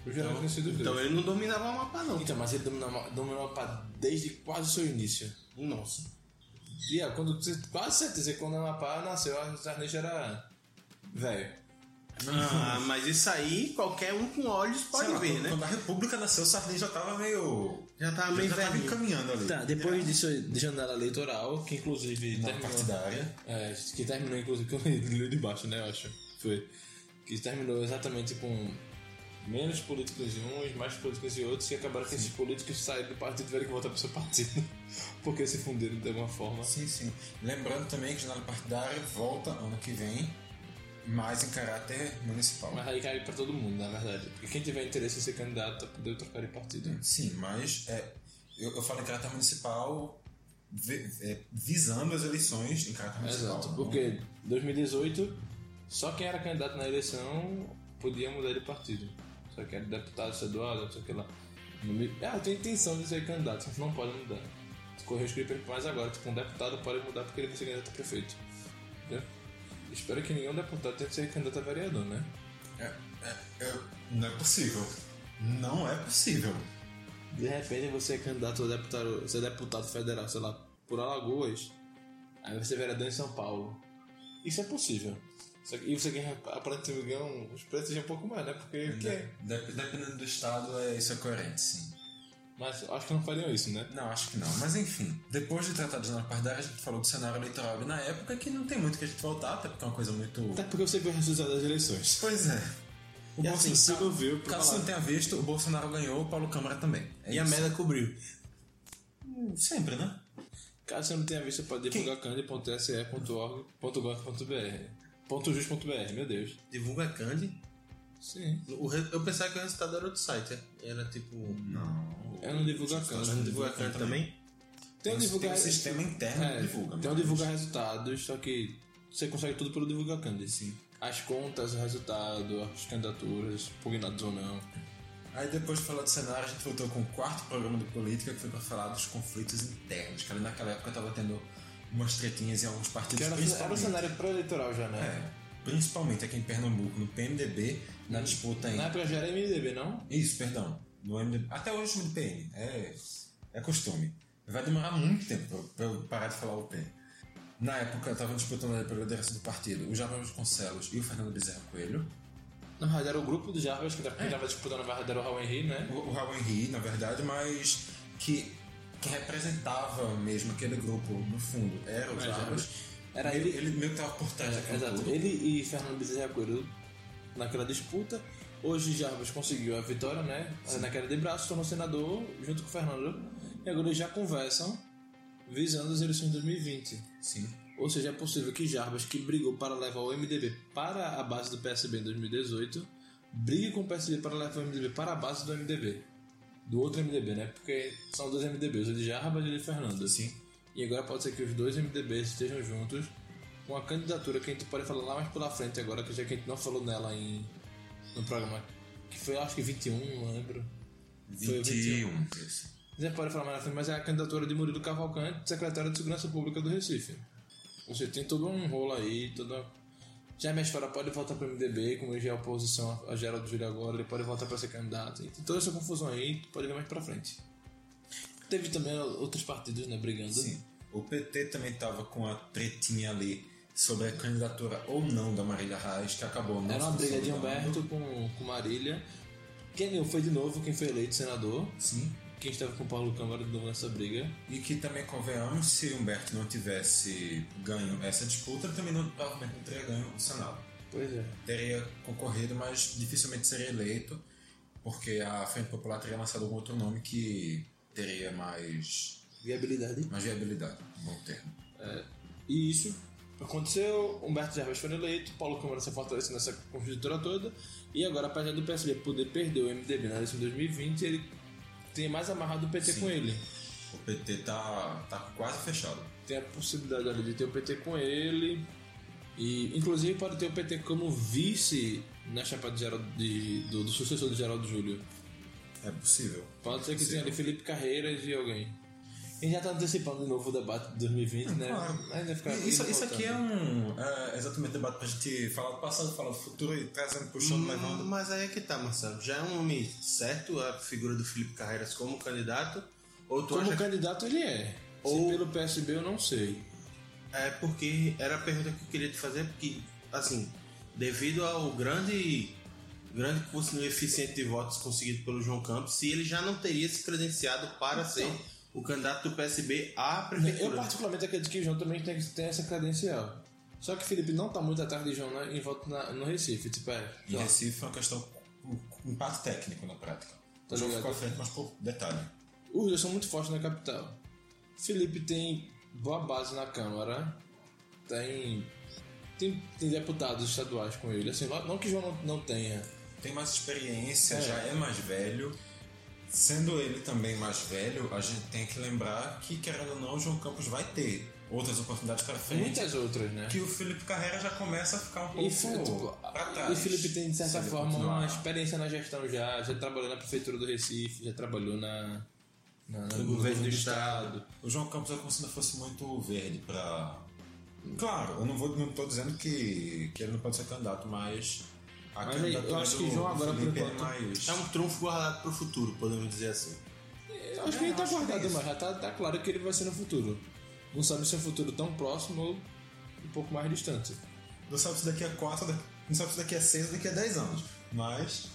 Speaker 1: Os gerais conhecidos os
Speaker 5: Então
Speaker 1: dois.
Speaker 5: ele não dominava o Amapá, não.
Speaker 1: Então, mas ele dominou, dominou o Amapá desde quase o seu início.
Speaker 5: Nossa.
Speaker 1: E é, quando, quase certeza que quando a Amapá nasceu, a Sarney já era velho.
Speaker 5: Ah, mas isso aí qualquer um com olhos pode
Speaker 2: Sei lá,
Speaker 5: ver,
Speaker 2: quando,
Speaker 5: né?
Speaker 2: quando a República nasceu, o Sarney já tava meio.
Speaker 5: Já tava meio
Speaker 2: já tava
Speaker 5: velhinho.
Speaker 2: encaminhando ali.
Speaker 1: Tá, depois disso de janela eleitoral, que inclusive
Speaker 2: Na
Speaker 1: terminou.
Speaker 2: partidária.
Speaker 1: É, que terminou inclusive com ele de baixo, né, eu acho. Foi. Que terminou exatamente com menos políticos em uns, mais políticos em outros, e acabaram que esses políticos saíram do partido e tiveram que voltar pro seu partido. Porque se fundiram de alguma forma.
Speaker 2: Sim, sim. Lembrando também que o jornal partidário volta ano que vem, mas em caráter municipal.
Speaker 1: Mas aí caiu pra todo mundo, na verdade. Porque quem tiver interesse em ser candidato poder trocar de partido.
Speaker 2: Sim, mas é, eu, eu falo em caráter municipal vi- é, visando as eleições em caráter municipal.
Speaker 1: Exato,
Speaker 2: não-
Speaker 1: porque 2018 só quem era candidato na eleição podia mudar de partido. só quero deputado estadual, não sei o que lá. Não me- Ah, eu tenho intenção de ser candidato, mas não pode mudar. Correu os clipes mais agora, tipo, um deputado pode mudar porque ele vai ser candidato a prefeito. Entendeu? Espero que nenhum deputado tenha que ser candidato a vereador, né?
Speaker 2: Não é possível. Não é possível.
Speaker 1: De repente você é candidato a deputado, você é deputado federal, sei lá, por Alagoas, aí você é vereador em São Paulo. Isso é possível. Só que- E você ganha, aparentemente, ganha um- os preços um pouco mais, né? Porque o que é?
Speaker 2: Dep- Dependendo do estado, é, isso é coerente, sim.
Speaker 1: Mas acho que não fariam isso, né?
Speaker 2: Não, acho que não. Mas enfim, depois de tratar de zona partidária, a gente falou do cenário eleitoral e na época que não tem muito que a gente voltar, até porque é uma coisa muito.
Speaker 1: Até porque você viu o resultado das eleições.
Speaker 2: Pois é. O
Speaker 5: E assim, se
Speaker 2: Bolsonaro-
Speaker 5: não viu, pra
Speaker 2: Caso você não
Speaker 5: falar.
Speaker 2: tenha visto, o Bolsonaro ganhou, o Paulo Câmara também. É
Speaker 5: E a
Speaker 2: isso.
Speaker 5: merda cobriu.
Speaker 2: Sempre, né?
Speaker 1: Caso você não tenha visto, pode divulgar candy.se.org.gov.br. .jus.br, meu Deus.
Speaker 5: Divulga a Candy.
Speaker 1: Sim.
Speaker 5: O re- Eu pensava que o resultado era do site. Era tipo.
Speaker 2: Não.
Speaker 1: Eu não divulgo a
Speaker 5: Mas
Speaker 1: Candy.
Speaker 5: não divulga a Candy também?
Speaker 1: Tem um divulgar...
Speaker 2: Tem um sistema interno
Speaker 1: É,
Speaker 2: que divulga.
Speaker 1: Tem um divulgar resultados, só que você consegue tudo pelo divulgar Candy. Sim. As contas, o resultado, as candidaturas, pugnados ou não.
Speaker 2: Aí depois de falar do cenário, a gente voltou com o quarto programa do Política, que foi pra falar dos conflitos internos, que ali naquela época tava tendo umas tretinhas em alguns partidos,
Speaker 1: Que era, era o
Speaker 2: principalmente,
Speaker 1: cenário pré-eleitoral já, né?
Speaker 2: é, principalmente aqui em Pernambuco, no PMDB, na disputa em...
Speaker 1: Na época já era MDB, não?
Speaker 2: Isso, perdão, no MDB, até hoje eu chamo de PM, é, é costume. Vai demorar muito tempo pra eu- pra eu parar de falar o PM. Na época, estavam disputando ali pela liderança do partido o Jabal Vasconcelos e o Fernando Bezerra Coelho,
Speaker 1: Na verdade era o grupo do Jarvis, que estava disputando a verdade era o Raul Henry, né?
Speaker 2: o, o Raul Henry, na verdade, mas que, que representava mesmo aquele grupo, no fundo, era o
Speaker 1: É,
Speaker 2: Jarbas.
Speaker 1: Era
Speaker 2: ele,
Speaker 1: ele-
Speaker 2: ele meio que tava por trás
Speaker 1: É,
Speaker 2: daquilo
Speaker 1: exato.
Speaker 2: tudo.
Speaker 1: Ele e Fernando Bezerra Coelho naquela disputa. Hoje Jarbas conseguiu a vitória, né? Na queda de braço, tornou senador junto com o Fernando. E agora eles já conversam visando as eleições de 2020.
Speaker 2: Sim.
Speaker 1: Ou seja, é possível que Jarbas, que brigou para levar o MDB para a base do PSB em 2018, brigue com o PSB para levar o MDB para a base do MDB. Do outro MDB, né? Porque são dois MDBs, o de Jarbas e o de Fernando. Sim. E agora pode ser que os dois MDBs estejam juntos com a candidatura que a gente pode falar lá mais pela frente agora, que já que a gente não falou nela em, no programa, que foi acho que 21, não lembro. Foi o
Speaker 2: 21. Isso.
Speaker 1: Você pode falar mais na frente, mas é a candidatura de Murilo Cavalcante, secretário de Segurança Pública do Recife. Você tem todo um rolo aí, toda. Já minha história pode voltar para o MDB, como ele já é oposição a Geraldo Júlio agora, ele pode voltar para ser candidato. E tem toda essa confusão aí, pode ver mais para frente. Teve também outros partidos, né, brigando.
Speaker 2: Sim. O PT também tava com a tretinha ali sobre a candidatura ou não da Marília Reis, que acabou não
Speaker 1: Era uma briga de
Speaker 2: funcionando.
Speaker 1: Humberto com, com Marília. Quem ganhou foi de novo quem foi eleito senador.
Speaker 2: Sim.
Speaker 1: Quem estava com o Paulo Câmara de novo nessa briga.
Speaker 2: E que também convenhamos, se Humberto não tivesse ganho essa disputa, ele também não, provavelmente não teria ganho o Senado.
Speaker 1: Pois é.
Speaker 2: teria concorrido, mas dificilmente seria eleito, porque a Frente Popular teria lançado algum outro nome que teria mais,
Speaker 1: Viabilidade.
Speaker 2: mais viabilidade, um bom termo.
Speaker 1: E isso aconteceu, Humberto Gervais foi eleito, Paulo Câmara se fortaleceu nessa conjuntura toda, e agora, apesar do PSB poder perder o MDB na eleição de 2020, ele tem mais amarrado o PT com ele.
Speaker 2: O PT tá, tá quase fechado.
Speaker 1: Tem a possibilidade ali de ter o PT com ele, e inclusive pode ter o PT como vice na chapa de Geraldo, de- do, do sucessor de Geraldo Júlio.
Speaker 2: É possível.
Speaker 1: Pode ser que
Speaker 2: Sim.
Speaker 1: tenha ali Felipe Carreiras e alguém. E já tá antecipando de novo o debate de 2020, né?
Speaker 2: claro.
Speaker 1: Mas vai ficar
Speaker 2: E Isso,
Speaker 1: indo e
Speaker 2: isso aqui é
Speaker 1: voltando.
Speaker 2: um. É exatamente debate pra gente falar do passado, falar do futuro e trazendo, puxando, levando.
Speaker 5: Mas aí é que tá, Marcelo. Já é um nome certo a figura do Felipe Carreiras como candidato? Ou tu
Speaker 1: Como
Speaker 5: acha que
Speaker 1: candidato ele é.
Speaker 5: Ou-
Speaker 1: Se pelo PSB eu não sei.
Speaker 5: É porque era a pergunta que eu queria te fazer, porque, assim, devido ao grande grande curso eficiente de votos conseguido pelo João Campos, se ele já não teria se credenciado para ser o candidato do PSB à
Speaker 1: Eu
Speaker 5: prefeitura.
Speaker 1: particularmente acredito que o João também tem, tem essa credencial. Só que Felipe não tá muito atrás de João né, em voto na- no Recife, tipo, é.
Speaker 2: Em
Speaker 1: sei lá.
Speaker 2: Recife é uma questão. um empate técnico na prática.
Speaker 1: Tá
Speaker 2: O jogo
Speaker 1: ligado.
Speaker 2: ficou à frente, mas por detalhe.
Speaker 1: Os dois são muito fortes na capital. Felipe tem boa base na Câmara, tem. Tem, tem deputados estaduais com ele, assim, não, não que João não, não tenha.
Speaker 2: tem mais experiência, já é mais velho. Sendo ele também mais velho, a gente tem que lembrar que, querendo ou não, o João Campos vai ter outras oportunidades para frente.
Speaker 1: Muitas outras, né?
Speaker 2: Que o Felipe Carreira já começa a ficar um pouco
Speaker 1: E, Felipe, tipo,
Speaker 2: pra
Speaker 1: e
Speaker 2: trás.
Speaker 1: o Felipe tem, de
Speaker 2: Se
Speaker 1: certa
Speaker 2: ele
Speaker 1: forma,
Speaker 2: continuar.
Speaker 1: uma experiência na gestão já. Já trabalhou na prefeitura do Recife, já trabalhou na, na- na-
Speaker 2: No
Speaker 1: no governo do Estado.
Speaker 2: O João Campos é como se não fosse muito verde para. Claro, eu não vou, não tô dizendo que, que ele não pode ser candidato, mas. A
Speaker 1: Mas aí, eu
Speaker 2: candidatura
Speaker 1: acho
Speaker 2: do-
Speaker 1: que o João
Speaker 2: do
Speaker 1: agora, por
Speaker 2: Felipe
Speaker 1: enquanto,
Speaker 2: é mais...
Speaker 5: É um trunfo guardado pro futuro, podemos dizer assim.
Speaker 1: Eu acho que ele tá
Speaker 2: é
Speaker 1: guardado, mas já tá, tá claro que ele vai ser no futuro. Não sabe se é um futuro tão próximo ou um pouco mais distante.
Speaker 2: Não sabe se daqui a 4, não sabe se daqui a 6 ou daqui a 10 anos. Mas.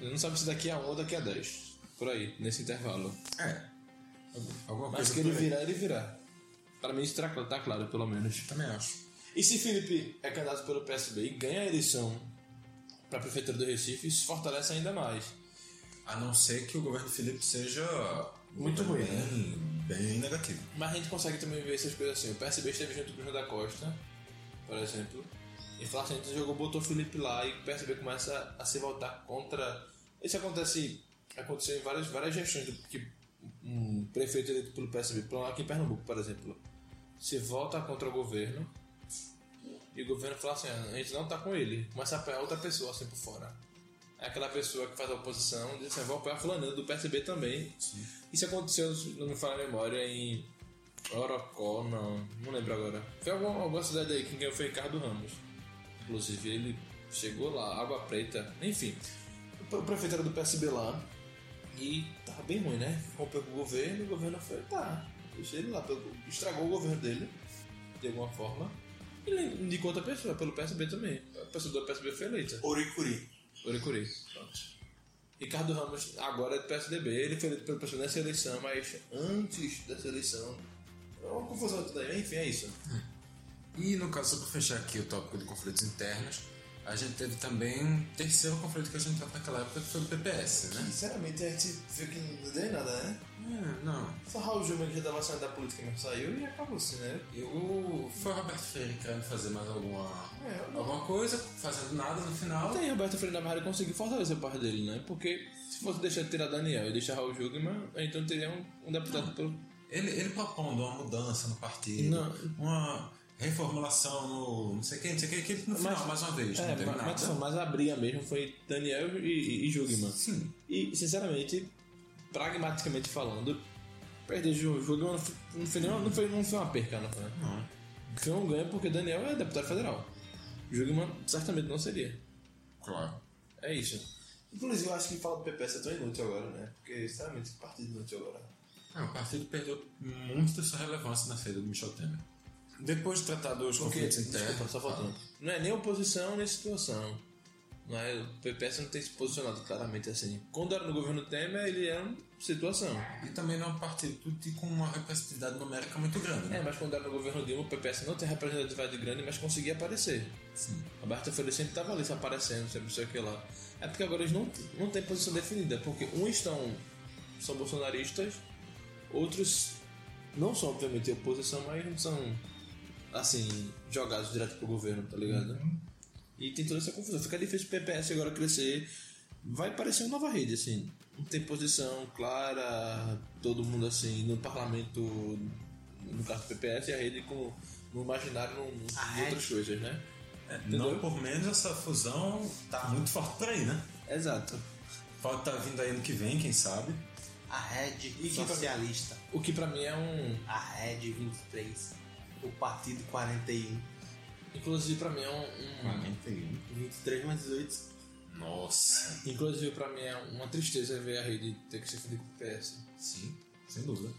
Speaker 1: Ele não sabe se daqui a 1 ou daqui a 10. Por aí, nesse intervalo.
Speaker 2: É. Alguma
Speaker 1: Mas
Speaker 2: coisa
Speaker 1: que ele
Speaker 2: por aí.
Speaker 1: virar, ele virá. Pra mim isso tá cl- tá claro, pelo menos.
Speaker 2: Também acho.
Speaker 1: E se Felipe é candidato pelo PSB e ganha a eleição pra Prefeitura do Recife, isso fortalece ainda mais.
Speaker 2: A não ser que o governo do Felipe seja.
Speaker 1: Muito ruim,
Speaker 2: Bem, bem negativo.
Speaker 1: Mas a gente consegue também ver essas coisas assim. O PSB esteve junto com o João da Costa, por exemplo. E Flávio Santos jogou, botou o Felipe lá e o PSB começa a se voltar contra. Isso acontece. Aconteceu em várias, várias gestões do, que um prefeito eleito pelo PSB, por lá aqui em Pernambuco, por exemplo, se volta contra o governo e o governo fala assim, "Ah, a gente não tá com ele, começa a apoiar outra pessoa assim por fora. Aí Aquela pessoa que faz a oposição diz assim, vou apoiar fulaninho do PSB também. Isso aconteceu, se não me falha a memória, em Orocó, não, não lembro agora. Foi alguma, alguma cidade aí, quem ganhou foi Ricardo Ramos. Inclusive, ele chegou lá, Água Preta, enfim. O pre- O prefeito era do PSB lá e tava bem ruim, né? Rompeu com o governo, o governo foi, tá, deixa ele lá, pelo- estragou o governo dele, de alguma forma. E ele indicou outra pessoa, pelo PSB também. A pessoa do PSB foi eleita.
Speaker 5: Oricuri.
Speaker 1: Oricuri. Pronto. Ricardo Ramos agora é do PSDB, ele foi eleito pelo PSDB nessa eleição, mas antes dessa eleição. É uma confusão tudo aí, enfim, é isso.
Speaker 2: E no caso, só para fechar aqui o tópico de conflitos internos, a gente teve também um terceiro conflito que a gente teve naquela época, que foi o PPS, né?
Speaker 1: Sinceramente, a gente viu que não deu em nada, né?
Speaker 2: É, não.
Speaker 1: Só Raul Júnior que já tava saindo da política, mas saiu e acabou assim, né?
Speaker 2: Eu, foi o Roberto Freire querendo fazer mais alguma,
Speaker 1: É, eu não-
Speaker 2: alguma coisa, fazendo nada no final.
Speaker 1: Até aí, Roberto Freire Navarro conseguiu fortalecer a parte dele, né? Porque se fosse deixar de tirar Daniel e deixar Raul Júnior, então teria um, um deputado pelo.
Speaker 2: Ele, ele propondo uma mudança no partido,
Speaker 1: Não.
Speaker 2: uma reformulação no não sei o que, não sei o que, que ele no final, mais uma vez, não
Speaker 1: É,
Speaker 2: teve
Speaker 1: mas, mas,
Speaker 2: nada.
Speaker 1: mas a briga mesmo foi Daniel e, e, e Jugman.
Speaker 2: Sim,
Speaker 1: E, sinceramente, pragmaticamente falando, perder o jogo não foi, não foi, nenhuma- não foi, não foi uma perca, não né? foi?
Speaker 2: não.
Speaker 1: Foi um ganho porque Daniel é deputado federal. Jugman certamente não seria.
Speaker 2: Claro.
Speaker 1: É isso. Inclusive, eu acho que fala do PPS é tão inútil agora, né? Porque, sinceramente, que partido inútil agora.
Speaker 2: É, o partido perdeu muito da sua relevância na saída do Michel Temer. Depois de tratar dos
Speaker 1: Porque,
Speaker 2: conflitos internos.
Speaker 1: desculpa, só faltando. Não é nem oposição nem situação. Não é, o PPS não tem se posicionado claramente assim. Quando era no governo Temer, ele era uma situação.
Speaker 2: E também não é um partido de- com uma representatividade numérica muito grande.
Speaker 1: É,
Speaker 2: Né?
Speaker 1: mas quando era no governo Dilma, o PPS não tem representatividade grande, mas conseguia aparecer.
Speaker 2: Sim.
Speaker 1: A Barta Folha sempre tava ali se aparecendo, sempre não sei o que lá. É porque agora eles não, não têm posição definida, porque uns estão, são bolsonaristas, outros não são, obviamente, oposição, mas não são, assim, jogados direto pro governo, tá ligado? E tem toda essa confusão. Fica difícil o PPS agora crescer. Vai parecer uma nova rede, assim. Não tem posição clara, todo mundo assim, no parlamento, no caso do PPS, e a rede com, no imaginário, no, no- em outras coisas, né?
Speaker 2: Não por menos essa fusão tá muito forte por aí, né?
Speaker 1: Exato.
Speaker 2: Pode estar vindo aí ano que vem, quem sabe.
Speaker 6: A Red
Speaker 1: que
Speaker 6: Socialista.
Speaker 1: O que pra mim é um.
Speaker 6: A Red 23. O Partido 41.
Speaker 1: Inclusive pra mim é um. um
Speaker 6: 23 mais 18.
Speaker 2: Nossa.
Speaker 1: inclusive pra mim é uma tristeza ver a rede ter que se fuder com o PS.
Speaker 2: Sim, sem dúvida.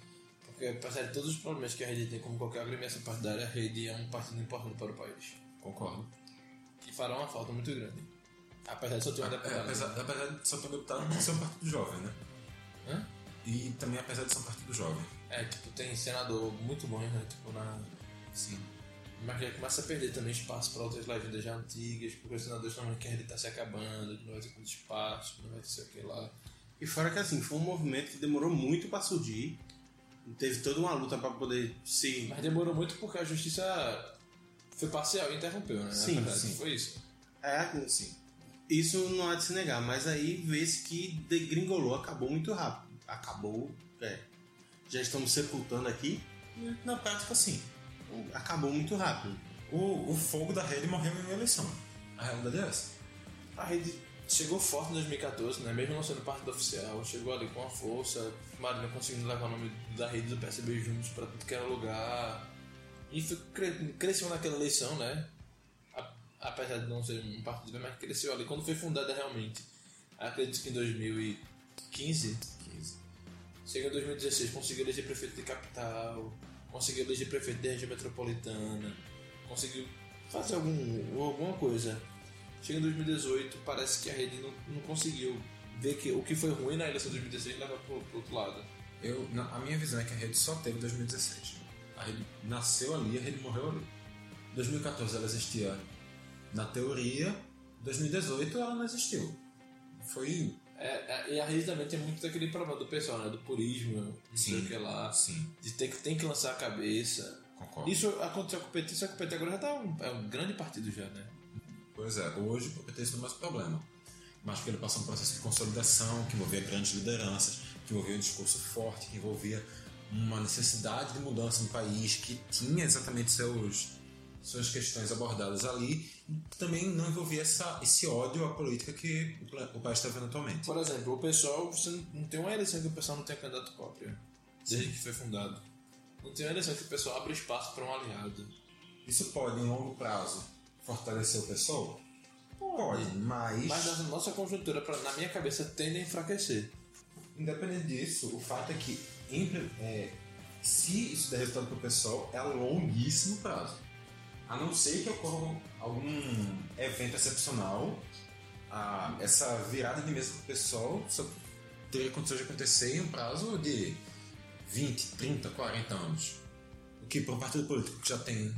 Speaker 1: Porque apesar de todos os problemas que a rede tem, como qualquer agremiação partidária, a rede é um partido importante para o país.
Speaker 2: Concordo.
Speaker 1: E fará uma falta muito grande. Apesar de só ter uma
Speaker 2: É,
Speaker 1: deputada. né?
Speaker 2: apesar, apesar de só ter deputado não ser um partido jovem, né?
Speaker 1: Hã?
Speaker 2: E também apesar de ser um partido jovem.
Speaker 1: É, tipo, tem senador muito bom, né? Tipo, na.
Speaker 2: Sim.
Speaker 1: Mas já começa a perder também espaço para outras legendas já antigas, porque os senadores também querem ele tá se acabando, que não vai ter muito espaço, que não vai ter sei o que lá.
Speaker 5: E fora que assim, foi um movimento que demorou muito pra surgir. Teve toda uma luta pra poder se
Speaker 1: Mas demorou muito porque a justiça foi parcial e interrompeu, né? Na
Speaker 5: Sim,
Speaker 1: verdade,
Speaker 2: sim.
Speaker 1: Foi isso.
Speaker 5: É, assim, isso não há de se negar, mas aí vê-se que degringolou, acabou muito rápido. Acabou, é. Já estamos sepultando aqui.
Speaker 2: Na prática, sim.
Speaker 5: o- acabou muito rápido.
Speaker 2: O, o fogo da rede morreu em uma eleição. A realidade é essa.
Speaker 1: A rede chegou forte em 2014, né? mesmo não sendo partido oficial, chegou ali com a força, Marina conseguindo levar o nome da rede do PSB juntos para tudo que era lugar. E foi- cre- cresceu naquela eleição, né? A- Apesar de não ser um partido, mas cresceu ali quando foi fundada realmente. Acredito que em 2015, 15, chega em 2016, conseguiu eleger prefeito de capital, conseguiu eleger prefeito de região metropolitana, conseguiu fazer algum, alguma coisa. Chega em 2018, parece que a rede não, não conseguiu ver que o que foi ruim na eleição de 2016 leva pro, pro outro lado.
Speaker 2: Eu, na- a minha visão é que a rede só teve 2016. A rede nasceu ali, a rede morreu ali. 2014 ela existia na teoria, 2018 ela não existiu. Foi.
Speaker 1: É, é, e a rede também tem muito daquele problema do pessoal, né? Do purismo, não sei o que lá.
Speaker 2: Sim,
Speaker 1: De ter que, tem que lançar a cabeça.
Speaker 2: concordo.
Speaker 1: Isso aconteceu com o PT, só que o PT agora já tá um, é um grande partido já, né?
Speaker 2: Pois é, hoje o PT isso não é mais problema. Mas porque ele passou um processo de consolidação, que envolvia grandes lideranças, que envolvia um discurso forte, que envolvia uma necessidade de mudança no país, que tinha exatamente seus, suas questões abordadas ali, e também não envolvia essa, esse ódio à política que o pla- o país está vendo atualmente.
Speaker 1: Por exemplo, o pessoal, você não, não tem uma eleição que o pessoal não tenha candidato próprio, desde que foi fundado. Não tem uma eleição que o pessoal abre espaço para um aliado.
Speaker 2: Isso pode, em longo prazo, fortalecer o pessoal? Pode, mas...
Speaker 1: Mas na nossa conjuntura, pra- na minha cabeça, tende a enfraquecer.
Speaker 2: Independente disso, o fato é que impre- é, se isso der resultado para o pessoal, é a longuíssimo prazo. A não ser que ocorra algum evento excepcional, a- essa virada de mesa para o pessoal só teria condições de acontecer em um prazo de 20, 30, 40 anos. O que para um partido político que já tem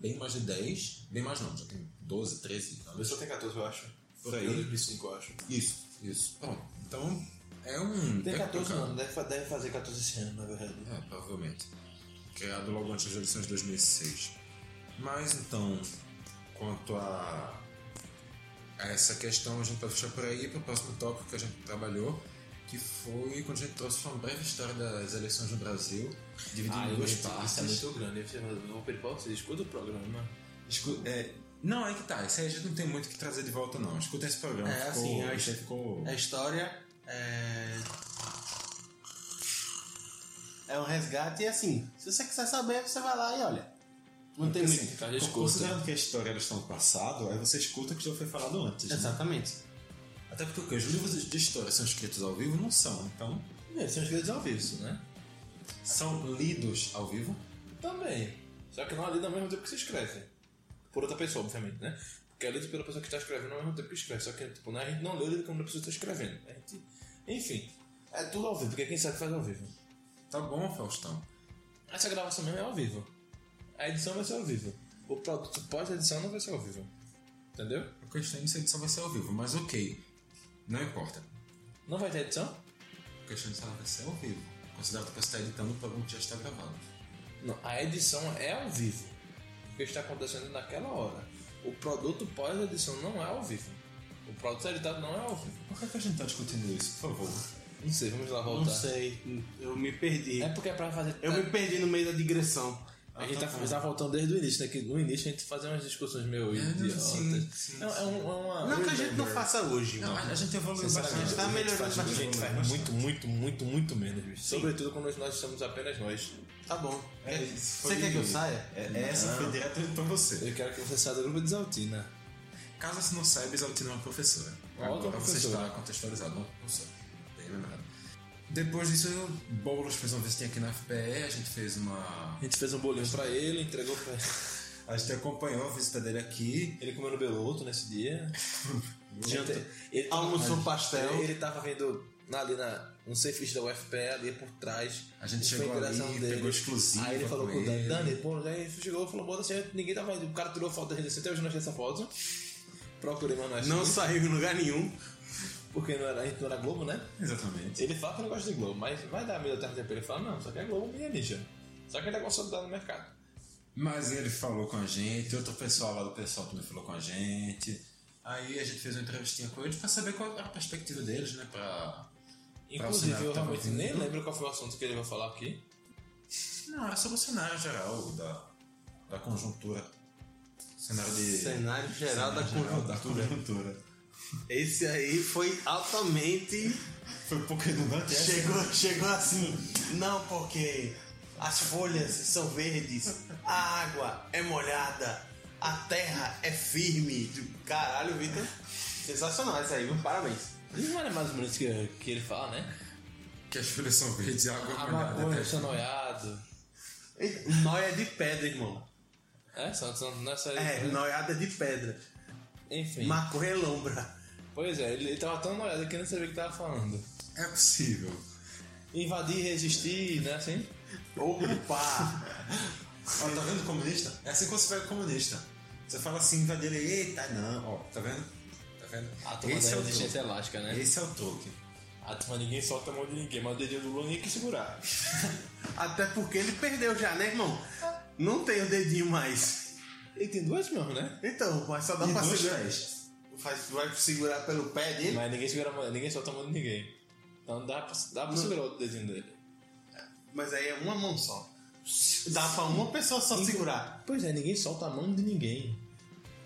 Speaker 2: bem mais de 10, bem mais não, já tem 12, 13 anos.
Speaker 1: tem 14, eu acho.
Speaker 2: Por aí.
Speaker 1: Eu 2005, eu acho.
Speaker 2: Isso, isso. Bom, então é um.
Speaker 1: Tem
Speaker 2: é
Speaker 1: 14
Speaker 2: complicado.
Speaker 1: anos, deve, fa- deve fazer 14 esse ano, na verdade.
Speaker 2: É, provavelmente. é Criado logo antes das eleições de 2006. Mas então, quanto a, a essa questão, a gente pode fechar por aí para o próximo tópico que a gente trabalhou, que foi quando a gente trouxe uma breve história das eleições no Brasil, dividido em duas
Speaker 1: Isso é
Speaker 2: partes.
Speaker 1: muito grande. Você vai eu vou pedir pra vocês, escuta o programa.
Speaker 2: Escu- é, não, aí que tá. Isso aí a gente não tem muito o que trazer de volta, não. Escuta esse programa.
Speaker 6: É,
Speaker 2: ficou,
Speaker 6: assim, a
Speaker 2: isso aí ficou...
Speaker 6: A história é. É um resgate e assim, se você quiser saber, você vai lá e olha. Não tem
Speaker 5: assim,
Speaker 6: muito.
Speaker 1: Cara,
Speaker 2: Então,
Speaker 1: escuta.
Speaker 2: Considerando que a história elas estão no passado, aí você escuta o que já foi falado antes. né?
Speaker 6: Exatamente.
Speaker 2: Até porque o quê? os livros de história são escritos ao vivo? Não são. Então,
Speaker 1: É, são os grandes ao vivo, isso, né?
Speaker 2: são lidos ao vivo?
Speaker 1: Também. Só que não é lido ao mesmo tempo que você escreve. Por outra pessoa, obviamente, né? Porque é lido pela pessoa que está escrevendo é ao mesmo tempo que escreve. Só que, tipo, né, a gente não lê lido como a pessoa está escrevendo. A gente... Enfim, é tudo ao vivo, porque quem sabe faz ao vivo.
Speaker 2: Tá bom, Faustão.
Speaker 1: Essa gravação mesmo é ao vivo. A edição vai ser ao vivo. O produto pós-edição não vai ser ao vivo. Entendeu?
Speaker 2: A questão é que essa edição vai ser ao vivo, mas ok. Não importa.
Speaker 1: Não vai ter edição?
Speaker 2: A questão é se ela vai ser ao vivo. Considerado que você está editando um programa que já está gravado.
Speaker 1: Não, a edição é ao vivo. Porque está acontecendo naquela hora. O produto pós-edição não é ao vivo. O produto editado não é ao vivo.
Speaker 2: Por que, que a gente está discutindo isso, por favor?
Speaker 1: Não sei, vamos lá voltar.
Speaker 6: Não sei, eu me perdi.
Speaker 1: É porque é pra fazer.
Speaker 6: Eu me perdi no meio da digressão.
Speaker 1: A gente tá, tá voltando desde o início, né? Que no início a gente fazia umas discussões meio idiotas.
Speaker 2: sim, sim,
Speaker 1: é, é um- é uma.
Speaker 6: Não que a gente não faça hoje,
Speaker 2: Não,
Speaker 6: mano.
Speaker 2: a, a gente evoluiu
Speaker 6: A gente
Speaker 2: bastante.
Speaker 6: tá melhorando
Speaker 1: A gente
Speaker 6: bastante.
Speaker 1: faz muito, muito, muito, muito menos, bicho. Sobretudo quando nós estamos apenas nós.
Speaker 6: Tá bom.
Speaker 2: É,
Speaker 6: Quer-
Speaker 2: isso
Speaker 6: Você
Speaker 2: foi-
Speaker 6: quer que eu saia?
Speaker 2: É, essa foi direto para você.
Speaker 1: Eu quero que você saia do grupo de né? Exaltina.
Speaker 2: Caso você não saiba, Exaltina é uma professora.
Speaker 1: Uma outra
Speaker 2: Agora você
Speaker 1: professora.
Speaker 2: está contextualizado, uma professora. Bem lembrado. Depois disso, eu- Boulos fez uma visitinha aqui na FPE, a gente fez uma...
Speaker 1: A gente fez um bolinho pra ele, entregou pra ele.
Speaker 2: A gente acompanhou a visita dele aqui.
Speaker 1: Ele comeu no Beloto nesse dia. Janta. Ele tava-
Speaker 2: um
Speaker 6: Almoçou pastel.
Speaker 1: Ele, ele tava vendo na- ali na, um surfista da UFPE ali por trás.
Speaker 2: A gente
Speaker 1: Ele
Speaker 2: chegou
Speaker 1: foi em direção
Speaker 2: ali, pegou exclusiva
Speaker 1: Aí ele falou
Speaker 2: com
Speaker 1: com o Dani,
Speaker 2: ele.
Speaker 1: Dani, pô, aí chegou e falou, bota assim, ninguém tava indo. O cara tirou foto da gente assim, até hoje não achei essa foto. Procurei, mas não achei.
Speaker 6: Não saiu em lugar nenhum.
Speaker 1: Porque não era, a gente não era Globo, né?
Speaker 2: Exatamente.
Speaker 1: Ele fala que não gosta de Globo, mas vai dar meio tarde pra ele fala, não, só que é Globo minha ninja. Só que ele é consolidado no mercado.
Speaker 2: Mas ele falou com a gente, outro pessoal lá do pessoal também falou com a gente. Aí a gente fez uma entrevistinha com eles pra saber qual era a perspectiva deles, né? Pra...
Speaker 1: Inclusive,
Speaker 2: cenário
Speaker 1: eu
Speaker 2: que tava
Speaker 1: realmente
Speaker 2: vindo.
Speaker 1: nem lembro qual foi o assunto que ele vai falar aqui.
Speaker 2: Não, era sobre o cenário geral da, da conjuntura. Cenário de.
Speaker 5: Cenário geral da
Speaker 2: geral
Speaker 1: tá.
Speaker 5: conjuntura.
Speaker 2: da conjuntura.
Speaker 5: Esse aí foi altamente.
Speaker 2: Foi um pouco redundante essa.
Speaker 5: Chegou, chegou assim. Não, porque as folhas são verdes, a água é molhada, a terra é firme. Caralho, Vitor. Sensacional esse aí, viu? Parabéns.
Speaker 1: Não era mais ou menos que, que ele fala, né?
Speaker 2: Que as folhas são verdes e a água
Speaker 1: A
Speaker 2: é molhada.
Speaker 1: maconha,
Speaker 2: né?
Speaker 1: o sanoiado.
Speaker 5: Noia de pedra, irmão.
Speaker 1: É, são, são, não é só
Speaker 5: É, noiada de pedra.
Speaker 1: Enfim.
Speaker 5: Maconha é lombra.
Speaker 1: Pois é, ele, ele tava tão noiado que não sabia o que tava falando.
Speaker 2: É possível.
Speaker 1: Invadir, resistir, né? Assim.
Speaker 5: Ocupar.
Speaker 2: Ó, tá vendo comunista? É assim que você vai comunista. Você fala assim, vai dele, eita, não, ó, tá vendo? Tá vendo?
Speaker 1: A turma
Speaker 2: Esse
Speaker 1: da
Speaker 2: é o
Speaker 1: resistência
Speaker 2: Tolkien.
Speaker 1: elástica, né?
Speaker 2: Esse é o Tolkien.
Speaker 1: A turma ninguém solta a mão de ninguém, mas o dedinho do Lula ninguém quer segurar.
Speaker 5: Até porque ele perdeu já, né, irmão? Não tem o dedinho mais.
Speaker 1: Ele tem duas mãos, né?
Speaker 5: Então, mas só dá
Speaker 2: E
Speaker 5: pra
Speaker 2: dois
Speaker 5: segurar.
Speaker 2: pés.
Speaker 5: Faz- vai segurar pelo pé dele.
Speaker 1: Mas ninguém segura a mão, ninguém solta a mão de ninguém. Então dá pra, dá pra segurar o dedinho dele.
Speaker 5: Mas aí é uma mão só. Dá pra uma pessoa só segurar.
Speaker 1: Pois é, ninguém solta a mão de ninguém.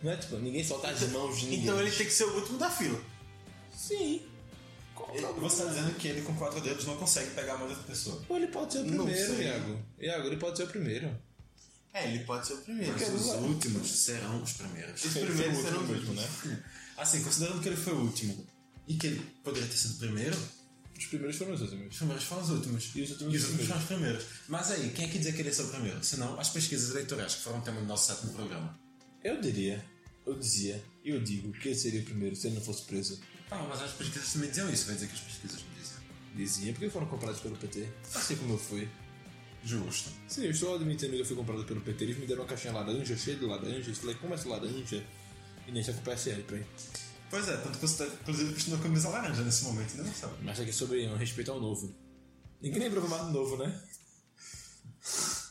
Speaker 1: Não é tipo, ninguém solta as mãos de ninguém.
Speaker 5: Então ele tem que ser o último da fila.
Speaker 1: Sim.
Speaker 2: Você tá dizendo que ele com quatro dedos não consegue pegar a mão de outra pessoa.
Speaker 1: Ou ele pode ser o
Speaker 5: Não
Speaker 1: primeiro,
Speaker 5: sei.
Speaker 1: Iago. Iago, ele pode ser o primeiro.
Speaker 5: É, ele é- pode ser o primeiro.
Speaker 2: Mas os últimos serão os primeiros.
Speaker 5: Os primeiros
Speaker 2: é
Speaker 5: serão os
Speaker 1: último,
Speaker 5: últimos.
Speaker 1: né?
Speaker 2: Assim, considerando que ele foi o último e que ele poderia ter sido o primeiro,
Speaker 1: Os primeiros foram os
Speaker 2: os
Speaker 1: últimos.
Speaker 2: primeiros foram os últimos.
Speaker 1: E os últimos
Speaker 2: E os últimos foram os primeiros. Mas aí, quem é que dizia que ele ia ser o primeiro? Senão as pesquisas eleitorais, que foram o tema do nosso sétimo programa.
Speaker 1: Eu diria, eu dizia, e eu digo que ele seria o primeiro se ele não fosse preso.
Speaker 2: Ah, mas as pesquisas também diziam isso, vai dizer que as pesquisas não diziam.
Speaker 1: Dizia, porque foram comprados pelo PT. Assim como eu fui.
Speaker 2: Justo.
Speaker 1: Sim, eu estou admitindo que eu fui comprado pelo PT. Eles me deram uma caixinha laranja, cheia de laranja. Eu falei, como é essa laranja? E nem sei com o PSL, pra mim.
Speaker 2: Pois é, tanto que você tá, inclusive, vestindo a camisa laranja nesse momento, ainda não sabe.
Speaker 1: Mas aqui é sobre um respeito ao novo. Ninguém lembrou do Mato Novo, né?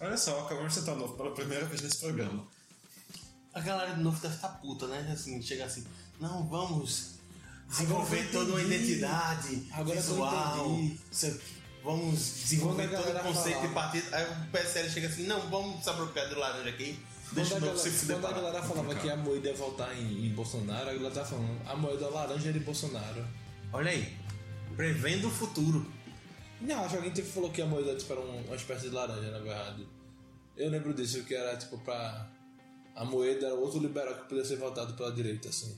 Speaker 2: Olha só, acabamos de sentar novo pela primeira vez nesse programa.
Speaker 5: A galera do novo deve estar puta, né? Assim, chega assim, não, vamos desenvolver toda uma identidade
Speaker 1: Agora que eu
Speaker 5: visual.
Speaker 1: entendi.
Speaker 5: se- Vamos desenvolver
Speaker 1: Quando a
Speaker 5: todo o
Speaker 1: galera
Speaker 5: conceito
Speaker 1: falar.
Speaker 5: de partido. Aí o PSL chega assim, não, vamos se apropriar do laranja aqui. Deixa o
Speaker 1: quando a
Speaker 5: novo se
Speaker 1: galera,
Speaker 5: fuder
Speaker 1: quando a
Speaker 5: pra lá.
Speaker 1: galera falava que a moeda ia voltar em, em Bolsonaro, a galera tá falando, a moeda laranja é de Bolsonaro.
Speaker 5: Olha aí, prevendo o futuro.
Speaker 1: Não, acho que alguém teve- falou que a moeda tipo, era um- uma espécie de laranja, na verdade. Eu lembro disso, que era tipo pra. A moeda era outro liberal que podia ser votado pela direita, assim.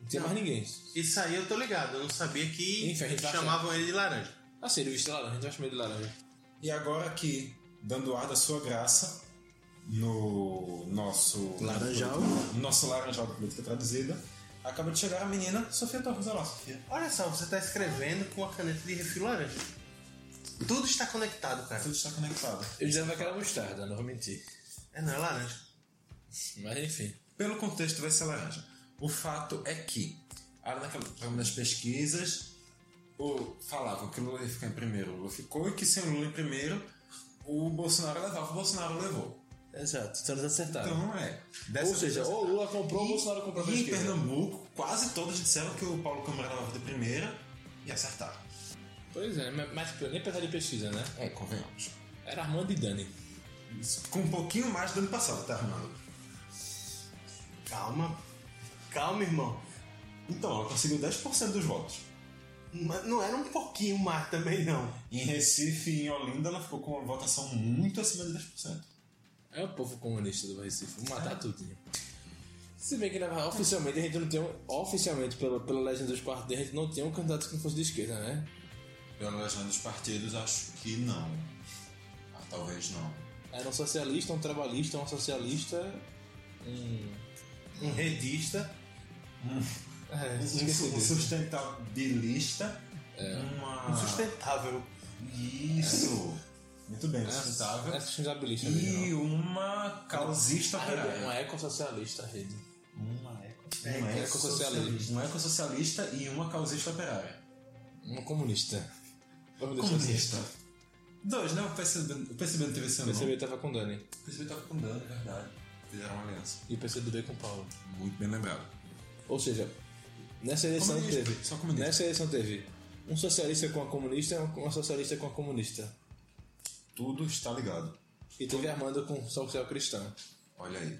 Speaker 1: Não tinha mais ninguém.
Speaker 5: Isso aí eu tô ligado, eu não sabia que
Speaker 1: Enfim, a gente vai
Speaker 5: chamavam ele de laranja.
Speaker 1: Assim, ele viste laranja, a gente vai chamar ele de laranja.
Speaker 2: E agora que, dando ar da sua graça, no nosso...
Speaker 6: Laranjal.
Speaker 2: No nosso laranjal da política traduzida, acaba de chegar a menina Sofia Torres. Olha lá, Sofia.
Speaker 5: Olha só, você tá escrevendo com a caneta de refil laranja. Tudo está conectado, cara.
Speaker 2: Tudo está conectado.
Speaker 1: Eu dizia que era mostarda, não vou mentir.
Speaker 5: É, não é laranja.
Speaker 1: Mas enfim.
Speaker 2: Pelo contexto, vai ser laranja. O fato é que, a- naquela- nas pesquisas, o, falavam que o Lula ia ficar em primeiro, o Lula ficou, e que sem o Lula em primeiro, o Bolsonaro levava, o Bolsonaro levou.
Speaker 1: Exato, todos acertaram.
Speaker 2: Então, é. Dessa
Speaker 1: Tá. Ou seja,
Speaker 2: vez-
Speaker 1: ou o Lula comprou, o Bolsonaro comprou pra
Speaker 2: E em
Speaker 1: esquerda.
Speaker 2: Pernambuco, quase todos disseram que o Paulo Câmara levava de primeira e acertaram.
Speaker 1: Pois é, mas- mas tipo, nem pensar de pesquisa, né?
Speaker 2: É, convenhamos.
Speaker 1: Era Armando e Dani.
Speaker 2: Isso, Com um pouquinho mais do ano passado, tá, Armando?
Speaker 5: Calma. Calma, irmão.
Speaker 2: Então, ela conseguiu 10% dos votos.
Speaker 5: Mas Não era um pouquinho mais também, não.
Speaker 2: Em Recife e em Olinda, ela ficou com uma votação muito acima de 10%.
Speaker 1: É o povo comunista do Recife, vou matar tudinho. Se bem que na verdade, oficialmente a gente não tem um, oficialmente pela, pela legenda dos partidos, a gente não tem um candidato que não fosse de esquerda, né?
Speaker 2: Pela legenda dos partidos, acho que não. Ah, talvez não.
Speaker 1: Era um socialista, um trabalhista, um socialista, um.
Speaker 5: Um redista.
Speaker 1: É,
Speaker 2: Um,
Speaker 1: esqueci
Speaker 2: su- um
Speaker 1: disso.
Speaker 2: sustentabilista. Uma...
Speaker 5: Um sustentável.
Speaker 2: Isso. Muito bem,
Speaker 1: É,
Speaker 2: sustentável.
Speaker 1: É sustentabilista.
Speaker 2: E uma causista
Speaker 1: É
Speaker 2: operária.
Speaker 1: uma ecossocialista, a rede.
Speaker 2: Uma eco-
Speaker 5: É,
Speaker 2: uma
Speaker 5: é
Speaker 2: ecossocialista. Uma ecossocialista e uma causista operária.
Speaker 1: Uma Um comunista. Vamos deixar
Speaker 2: Comunista. Dois, né? O PCB, o PCB não teve esse
Speaker 1: assim. O
Speaker 2: nome.
Speaker 1: PCB tava com Dani.
Speaker 2: O PCB tava com dano, é verdade. Fizeram uma aliança.
Speaker 1: E o PCdoB com Paulo.
Speaker 2: Muito bem lembrado.
Speaker 1: Ou seja, nessa eleição
Speaker 2: Comunista,
Speaker 1: teve.
Speaker 2: só comunista.
Speaker 1: Nessa eleição teve um socialista com a comunista e uma socialista com a comunista.
Speaker 2: Tudo está ligado.
Speaker 1: E teve Armando com social cristão.
Speaker 2: Olha aí.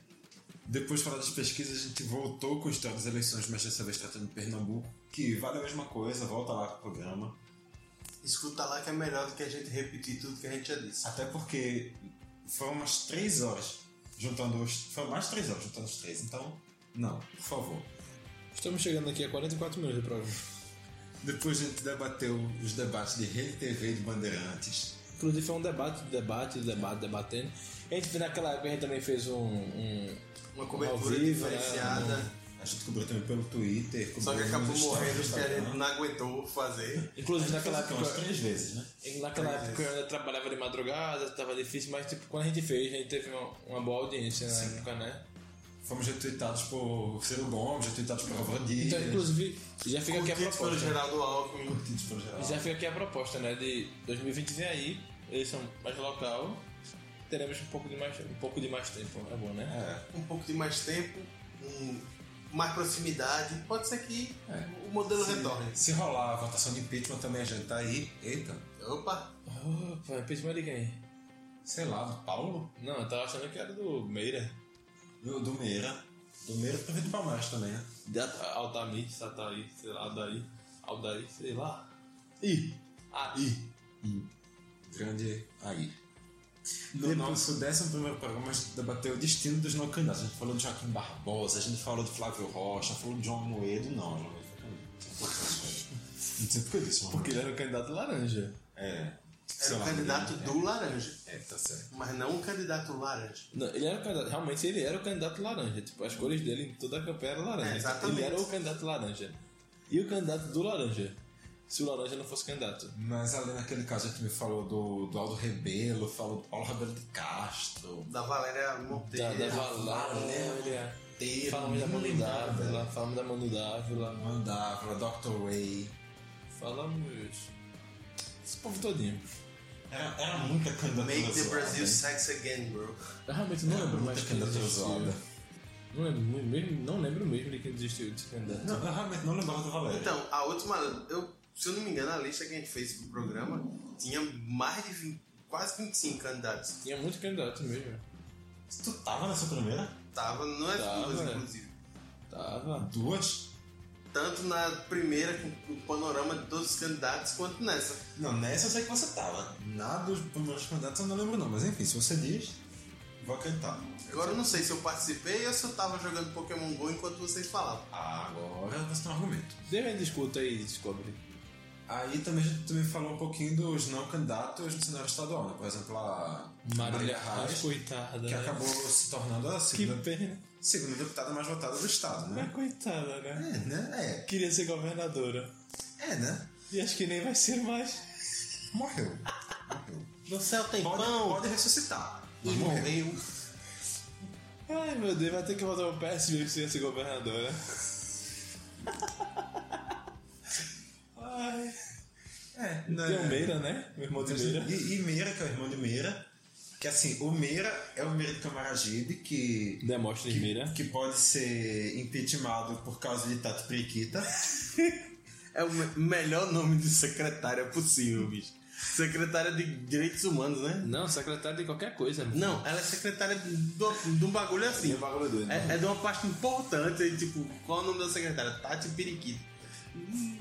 Speaker 2: Depois de falar das pesquisas, a gente voltou com o história das eleições, mas dessa vez tratando de Pernambuco, que vale a mesma coisa, volta lá pro programa.
Speaker 5: Escuta lá que é melhor do que a gente repetir tudo que a gente já disse.
Speaker 2: Até porque foram umas três horas juntando os. Foram mais três horas juntando os três, então. Não, por favor.
Speaker 1: Estamos chegando aqui a 44 minutos de prova.
Speaker 2: Depois a gente debateu os debates de Rede TV e de Bandeirantes.
Speaker 1: Inclusive foi um debate, debate, debate, debatendo. A gente naquela época a gente também fez um. um
Speaker 5: Uma
Speaker 1: Ao
Speaker 5: cobertura
Speaker 1: vivo, né?
Speaker 5: diferenciada.
Speaker 2: A gente cobriu também pelo Twitter.
Speaker 5: Só que
Speaker 2: cobriu
Speaker 5: acabou
Speaker 2: nos
Speaker 5: morrendo,
Speaker 2: stories
Speaker 5: os
Speaker 2: do
Speaker 5: querendo
Speaker 2: Instagram.
Speaker 5: não aguentou fazer.
Speaker 1: inclusive naquela
Speaker 2: Aquela que umas
Speaker 1: época.
Speaker 2: três vezes, né?
Speaker 1: Naquela época eu ainda trabalhava de madrugada, tava difícil, mas tipo, quando a gente fez, a gente teve uma, uma boa audiência na época, né?
Speaker 2: Fomos retweetados por Ciro Gomes, retweetados por Álvaro Dias.
Speaker 1: Então, inclusive, já fica aqui a
Speaker 5: Curtidos pelo
Speaker 1: proposta.
Speaker 5: Geraldo Alckmin.
Speaker 2: curtidos pelo geral.
Speaker 1: Já fica aqui a proposta, né? De 2020 vem aí, eleição mais local, teremos um pouco de mais, um pouco de mais tempo, é bom, né?
Speaker 2: É,
Speaker 5: um pouco de mais tempo, um- mais proximidade. Pode ser que o modelo retorne.
Speaker 2: se rolar a votação de impeachment também a gente tá aí. Eita,
Speaker 5: Opa,
Speaker 1: Opa, impeachment de quem?
Speaker 2: sei lá, do Paulo?
Speaker 1: Não, eu tava achando que era do Meira.
Speaker 2: Do, do Meira. Do Meira pra ver do Palmeiras também, né?
Speaker 1: Da Altamir, Satari, tá, sei lá, Aldair, Aldair, sei lá.
Speaker 2: Ih,
Speaker 1: Ah,
Speaker 2: ih, ih. Grande aí. No nosso décimo primeiro programa a gente debateu o destino dos não candidatos. A gente falou de Joaquim Barbosa, a gente falou de Flávio Rocha, falou de João Moedo, não. João Moedo foi candidato. Não sei por que eu disse, mano.
Speaker 1: porque ele era o candidato laranja.
Speaker 2: É.
Speaker 5: era
Speaker 2: Sei
Speaker 5: o
Speaker 2: lá,
Speaker 5: candidato
Speaker 2: né?
Speaker 5: do laranja,
Speaker 2: É, tá certo.
Speaker 5: mas não o candidato laranja.
Speaker 1: Não, ele era o candidato, realmente ele era o candidato laranja. Tipo, as cores dele em toda a campanha eram laranja.
Speaker 5: É, exatamente.
Speaker 1: Ele era o candidato laranja. E o candidato do laranja. Se o laranja não fosse candidato.
Speaker 2: Mas além daquele caso, a gente me falou do, do Aldo Rebelo, falou do Paulo Rebelo de Castro.
Speaker 5: Da Valéria
Speaker 1: Da,
Speaker 5: Monteiro.
Speaker 1: da Valéria.
Speaker 2: Teiro,
Speaker 1: Falamos da Manu Dávila.
Speaker 2: Dávila.
Speaker 1: Falamos da Manu Dávila.
Speaker 2: Manu Dávila, Dr. Ray.
Speaker 1: Falamos. Esse povo todinho.
Speaker 2: Era, era muita candidatura
Speaker 5: Make the
Speaker 2: zoada,
Speaker 5: Brazil
Speaker 2: hein?
Speaker 5: sex again, bro.
Speaker 1: Eu realmente não
Speaker 2: Era
Speaker 1: lembro
Speaker 2: muita
Speaker 1: mais quem
Speaker 2: candidatura
Speaker 1: desistiu.
Speaker 2: zoada.
Speaker 1: Não lembro, mu- mesmo, não lembro mesmo de quem desistiu de candidato.
Speaker 2: Não, eu realmente não lembrava do Valério.
Speaker 5: Então, a última, eu, se eu não me engano, a lista que a gente fez pro programa tinha mais de 20, quase 25 candidatos.
Speaker 1: Tinha muito candidato mesmo.
Speaker 2: tu tava nessa primeira?
Speaker 5: Tava no
Speaker 1: Tava, né?
Speaker 5: F2, inclusive.
Speaker 1: Tava.
Speaker 2: Duas?
Speaker 5: Tanto na primeira, com o panorama de todos os candidatos, quanto nessa.
Speaker 2: Não, nessa eu sei que você tava. Na dos primeiros candidatos eu não lembro não, mas enfim, se você diz, vou acreditar.
Speaker 5: Agora eu não sei se eu participei ou se eu tava jogando Pokémon GO enquanto vocês falavam.
Speaker 2: Agora você tem um argumento.
Speaker 1: Deve discuta aí, descobre.
Speaker 2: Aí também a gente também falou um pouquinho dos não candidatos no cenário estadual, né? Por exemplo, a
Speaker 1: Marília Reis, coitada.
Speaker 2: que
Speaker 1: né?
Speaker 2: acabou se tornando a
Speaker 1: Que
Speaker 2: segunda,
Speaker 1: pena.
Speaker 2: segunda deputada mais votada do estado,
Speaker 1: Mas
Speaker 2: né?
Speaker 1: coitada, né?
Speaker 2: É, né?
Speaker 1: Queria ser governadora.
Speaker 2: É, é, né?
Speaker 1: E acho que nem vai ser mais.
Speaker 2: Morreu.
Speaker 7: No céu tem
Speaker 2: Pode,
Speaker 7: pão
Speaker 2: pode ressuscitar.
Speaker 7: e morreu.
Speaker 1: Ai meu Deus, vai ter que votar o PSB se ia ser governadora. Ai.
Speaker 2: É, né?
Speaker 1: Tem o Meira, né? Meu irmão de Meira.
Speaker 2: E, e Meira, que é o irmão de Meira. Que assim, o Meira é o Meira de Camaragibe, que,
Speaker 1: Demóstenes Meira.
Speaker 2: que pode ser impeachmentado por causa de Tato Periquita.
Speaker 5: É o me- melhor nome de secretária possível, bicho. Secretária de Direitos Humanos, né?
Speaker 1: Não, secretário de qualquer coisa. mano.
Speaker 5: Não, ela é secretária de do- de um bagulho assim. É, é de uma parte importante, aí, tipo, qual é o nome da secretária? Tati Periquito.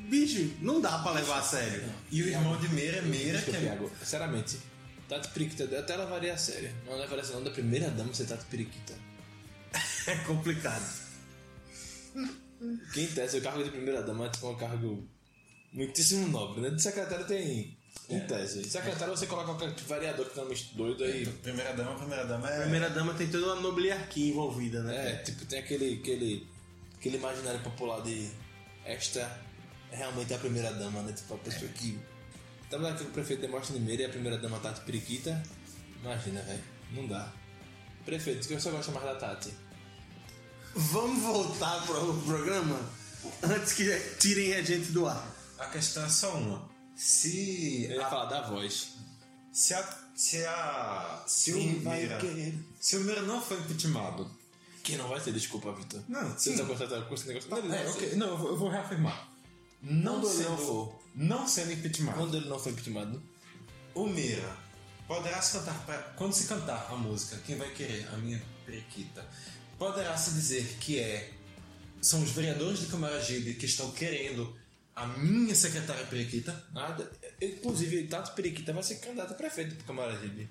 Speaker 5: Bicho, não dá pra levar a sério.
Speaker 2: E o irmão de Meira é Meira, que
Speaker 1: Desculpa,
Speaker 2: é.
Speaker 1: Iago, sinceramente, Tato Periquita, eu até levaria a sério. Não levaria a sério, não, da primeira dama ser tá? Tato Periquita.
Speaker 5: É complicado.
Speaker 1: Quem testa o cargo de primeira dama é tipo um cargo muitíssimo nobre, né? De secretário tem. Em tese. De secretário você coloca qualquer variador que tá meio doido aí.
Speaker 2: Primeira dama, primeira dama é.
Speaker 5: Primeira dama tem toda uma nobiliarquia envolvida, né?
Speaker 1: É, tipo, tem aquele, aquele, aquele imaginário popular de esta é realmente a primeira dama, né? Tipo, a
Speaker 2: É.
Speaker 1: pessoa que. Tava lá que o prefeito demonstra de Meira e a primeira dama é Tati Periquita. Imagina, velho. Não dá. Prefeito, que você gosta mais da Tati?
Speaker 5: Vamos voltar pro programa antes que tirem a gente do ar.
Speaker 2: A questão é só uma. Se
Speaker 1: Ele ia falar da voz.
Speaker 2: Se a. Se a. Se o Meira. Se o Meira não foi impeachmentado.
Speaker 1: Que não vai ter desculpa, Vitor.
Speaker 2: Não,
Speaker 1: Você
Speaker 2: sim.
Speaker 1: tá gostando com esse negócio?
Speaker 2: Não, é, ok. Não, eu vou, eu vou reafirmar.
Speaker 1: Quando
Speaker 2: Não
Speaker 1: ele não
Speaker 2: sendo,
Speaker 1: for.
Speaker 2: não sendo impeachmentado.
Speaker 1: né? Quando ele não foi impeachmentado?
Speaker 2: O Meira Poderás cantar pra... Quando se cantar a música, quem vai querer? A minha periquita. Poderá se dizer que é... São os vereadores de Camaragibe que estão querendo a minha secretária periquita.
Speaker 1: Nada. Inclusive, Tato Periquita vai ser candidato a prefeito pro Camaragibe.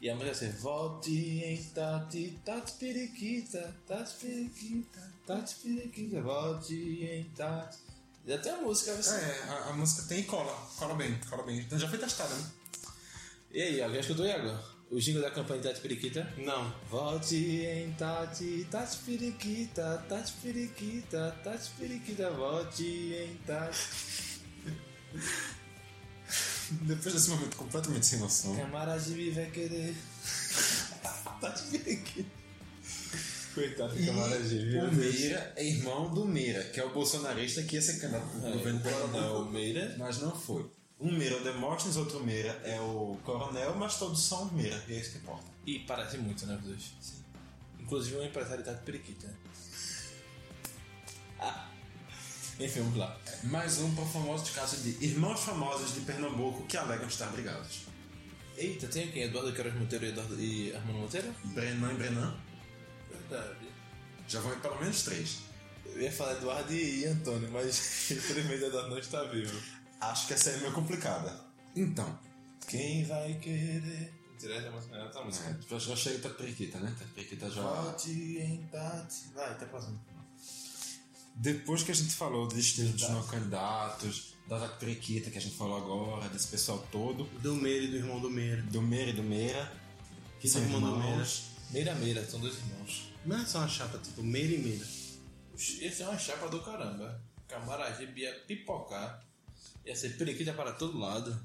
Speaker 1: E a mulher vai ser Volte em Tati, Tati Periquita, Tati Periquita, Tati Periquita, volte em Tati. E até a música vai ser.
Speaker 2: É, a, a música tem e cola. Cola bem, cola bem. Então já foi testada, né?
Speaker 1: E aí, alguém escutou Iago? O jingle da campanha Tati Periquita?
Speaker 5: Não.
Speaker 1: Volte em Tati, Tati Periquita, Tati Periquita, Tati Periquita, volte em Tati.
Speaker 2: Depois desse momento completamente sem noção.
Speaker 1: É. Camaragibe vai querer. Tá Tati Periquita. Coitado do Camaragibe.
Speaker 2: O Meira é irmão do Meira, que é o bolsonarista que ia ser candidato pro governo
Speaker 1: O
Speaker 2: Paraná.
Speaker 1: Meira.
Speaker 2: Mas não foi. Um Meira é o Demóstenes, outro Meira é o Coronel, mas todos são Meira, e é isso que importa.
Speaker 1: E parece muito, né, os dois? Sim. Inclusive um empresário Tati Periquita. Ah. Enfim, vamos lá.
Speaker 2: Mais um para famosos casos de irmãos famosos de Pernambuco que alegam estar brigados.
Speaker 1: Eita, tem quem? Eduardo Queiroz Monteiro e, Eduardo, e Armando Monteiro?
Speaker 2: Brenan e Brenan,
Speaker 1: Verdade.
Speaker 2: já vão em pelo menos três.
Speaker 1: Eu ia falar Eduardo e Antônio, mas infelizmente Eduardo não está vivo.
Speaker 2: Acho que essa é meio complicada. Então,
Speaker 1: Quem vai querer? Direto emocionado essa
Speaker 2: é, já- já chega para Periquita, né? Tá Periquita já.
Speaker 1: Volte em Tati. Vai, tá passando.
Speaker 2: Depois que a gente falou do destino dos não candidatos, da Tati Periquita que a gente falou agora, desse pessoal todo,
Speaker 5: Do Meire e do irmão do Meire.
Speaker 2: do Meira e do Meira, que são
Speaker 5: irmão do
Speaker 2: irmãos.
Speaker 1: Meira Meira, são dois irmãos.
Speaker 5: Não é só uma chapa, tipo, Meire e Meira.
Speaker 1: Oxi, Essa é uma chapa do caramba. Camaragibe ia pipocar. Ia ser periquita para todo lado.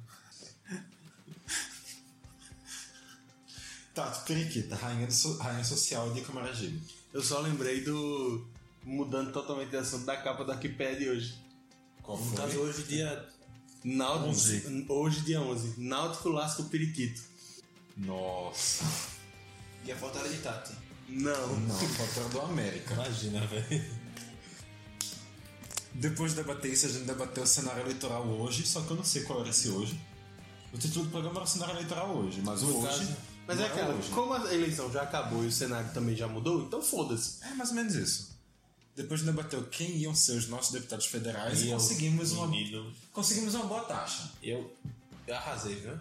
Speaker 2: Tati Periquita, Tá, rainha, do so- rainha social de Camaragibe.
Speaker 5: Eu só lembrei do. Mudando totalmente de assunto da capa da Wikipedia hoje.
Speaker 2: Qual
Speaker 1: No caso, hoje, dia.
Speaker 5: Náutico. Hoje, dia 11. Náutico lasca o periquito.
Speaker 2: Nossa,
Speaker 1: Ia faltar de Tati.
Speaker 5: Não.
Speaker 2: não, contra do América.
Speaker 1: Imagina, velho.
Speaker 2: Depois de debater isso, a gente debateu o cenário eleitoral hoje, só que eu não sei qual era esse hoje. O título do programa era o cenário eleitoral hoje, mas o hoje.
Speaker 5: Mas
Speaker 2: não
Speaker 5: é aquela,
Speaker 2: hoje.
Speaker 5: como a eleição já acabou e o cenário também já mudou, então foda-se.
Speaker 2: É mais ou menos isso. Depois de debater quem iam ser os nossos deputados federais,
Speaker 1: Eu,
Speaker 2: conseguimos, uma,
Speaker 1: menino.
Speaker 2: conseguimos uma boa taxa.
Speaker 1: Eu. Eu arrasei, viu? Eu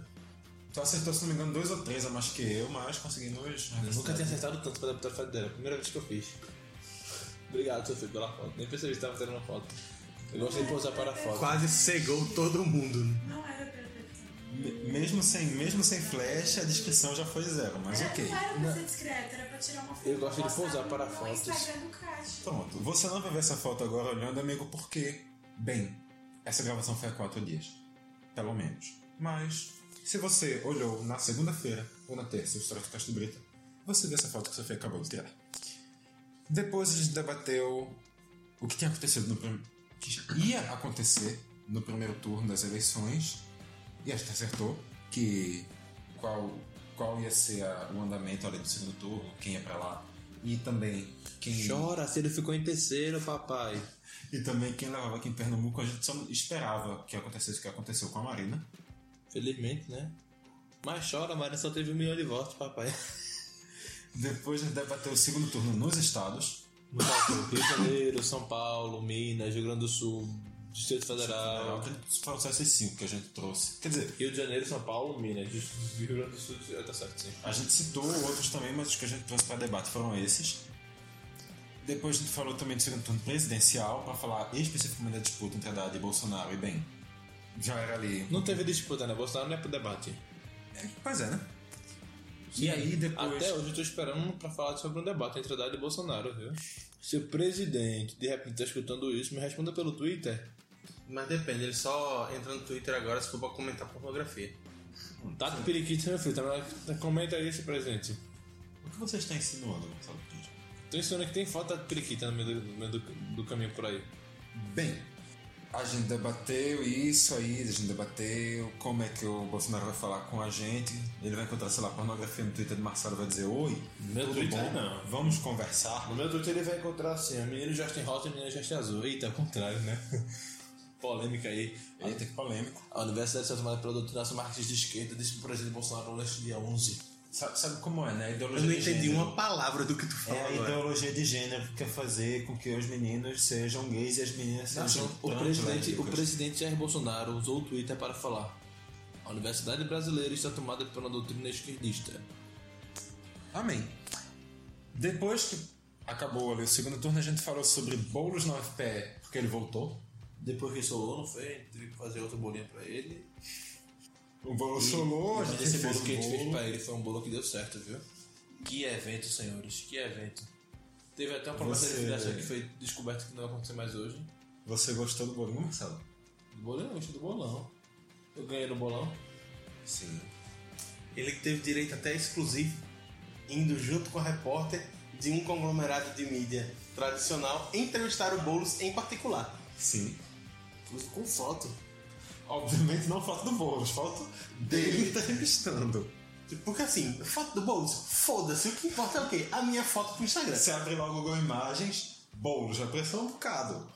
Speaker 2: Tu acertou, se não me engano, dois ou três a mais que eu, mas conseguimos.
Speaker 1: nunca tinha acertado tanto pra deputado federal. Primeira vez que eu fiz. Obrigado, Sofia, pela foto. Nem percebi que estava tendo uma foto. Eu gostei de posar para a foto.
Speaker 5: Quase cegou todo mundo. né?
Speaker 8: Não era pra ter tanto.
Speaker 2: Me- mesmo sem, mesmo sem flash, a descrição já foi zero, mas
Speaker 8: Era-
Speaker 2: ok.
Speaker 8: Não era pra ser discreto, era pra tirar uma foto.
Speaker 1: Eu gosto de
Speaker 8: postar
Speaker 1: pousar para
Speaker 8: no
Speaker 1: fotos.
Speaker 8: Instagram do caixa.
Speaker 2: Pronto, você não vai ver essa foto agora olhando, amigo, porque, bem, essa gravação foi há quatro dias, pelo menos. Mas, se você olhou na segunda-feira ou na terça, o Stratovast do Brita, você vê essa foto que Sofia acabou de tirar. Depois a gente debateu o que tinha acontecido no prim... que já ia acontecer no primeiro turno das eleições, e a gente acertou que qual, qual ia ser a- o andamento ali do segundo turno, quem ia pra lá, e também quem...
Speaker 1: Chora, se ele ficou em terceiro, papai.
Speaker 2: E também quem levava aqui em Pernambuco, a gente só esperava que acontecesse o que aconteceu com a Marina.
Speaker 1: Felizmente, né? Mas chora, a Marina só teve um milhão de votos, papai.
Speaker 2: Depois a gente debateu o segundo turno nos estados.
Speaker 1: No Brasil, Rio de Janeiro, São Paulo, Minas, Rio Grande do Sul, Distrito Federal.
Speaker 2: que Foram só esses cinco que a gente trouxe. Quer dizer,
Speaker 1: Rio de Janeiro, São Paulo, Minas, Rio Grande do Sul, tá certo, sim.
Speaker 2: a gente citou outros também, mas os que a gente trouxe para debate foram esses. Depois a gente falou também do segundo turno presidencial, para falar especificamente da disputa entre Haddad e Bolsonaro. E bem, já era ali.
Speaker 1: Não teve disputa, né? Bolsonaro não é pro debate.
Speaker 2: Pois é, né? E aí depois.
Speaker 1: Até hoje eu tô esperando pra falar sobre um debate entre Haddad e Bolsonaro, viu? Se o presidente de repente tá escutando isso, me responda pelo Twitter.
Speaker 5: Mas depende, ele só entra no Twitter agora se for pra comentar pornografia.
Speaker 1: Tato Periquito, meu filho, tá melhor- comenta aí esse presente.
Speaker 2: O que você está insinuando, Gonçalo Pires?
Speaker 1: Tô ensinando que tem foto da periquita no meio, do, no meio do, do caminho por aí.
Speaker 2: Bem, a gente debateu isso aí, a gente debateu como é que o Bolsonaro vai falar com a gente. Ele vai encontrar, sei lá, pornografia no Twitter do Marcelo vai dizer oi.
Speaker 1: Meu
Speaker 2: tudo
Speaker 1: Twitter
Speaker 2: bom?
Speaker 1: não.
Speaker 2: Vamos conversar.
Speaker 1: No meu Twitter ele vai encontrar assim, a menina Justin Rosa e a menina Justin Azul. Eita, é o contrário, né? polêmica aí.
Speaker 2: Eita, que polêmico.
Speaker 1: A universidade será tomada pela doutrinação marxista de esquerda, disse que o presidente Bolsonaro neste dia 11.
Speaker 2: Sabe, sabe como é, né? A
Speaker 6: Eu
Speaker 2: ideologia
Speaker 6: não
Speaker 2: de
Speaker 6: entendi
Speaker 2: gênero.
Speaker 6: uma palavra do que tu
Speaker 9: É
Speaker 6: falou
Speaker 9: a
Speaker 6: agora.
Speaker 9: ideologia de gênero que quer fazer com que os meninos sejam gays e as meninas sejam.
Speaker 1: O
Speaker 2: Tanto,
Speaker 1: presidente,
Speaker 2: né,
Speaker 1: o
Speaker 2: Lucas?
Speaker 1: presidente Jair Bolsonaro usou o Twitter para falar: A universidade brasileira está tomada pela doutrina esquerdista.
Speaker 2: Amém. Depois que acabou ali o segundo turno, a gente falou sobre Boulos na UFPE, porque ele voltou.
Speaker 1: Depois que solou, não foi? Teve que fazer outra bolinha pra ele.
Speaker 2: O Boulos solou, a
Speaker 1: Mas
Speaker 2: gente
Speaker 1: esse
Speaker 2: fez
Speaker 1: bolo que a
Speaker 2: um
Speaker 1: gente fez
Speaker 2: bolo.
Speaker 1: pra ele foi um bolo que deu certo, viu? Que evento, senhores, que evento. Teve até uma promessa
Speaker 2: Você- é
Speaker 1: de filiação que foi descoberta que não vai acontecer mais hoje.
Speaker 2: Você gostou do bolinho, Marcelo?
Speaker 1: Do bolão, eu gostei do bolão. Eu ganhei no bolão.
Speaker 2: Sim.
Speaker 5: Ele que teve direito até exclusivo, indo junto com a repórter de um conglomerado de mídia tradicional, entrevistar o Boulos em particular.
Speaker 2: Sim.
Speaker 1: Inclusive com foto.
Speaker 2: Obviamente não foto do Boulos, foto dele
Speaker 1: tá
Speaker 2: entrevistando.
Speaker 5: Porque assim, foto do Boulos, foda-se, o que importa é o quê? A minha foto pro Instagram.
Speaker 2: Você abre logo o Google Imagens, Boulos, já pressou um bocado.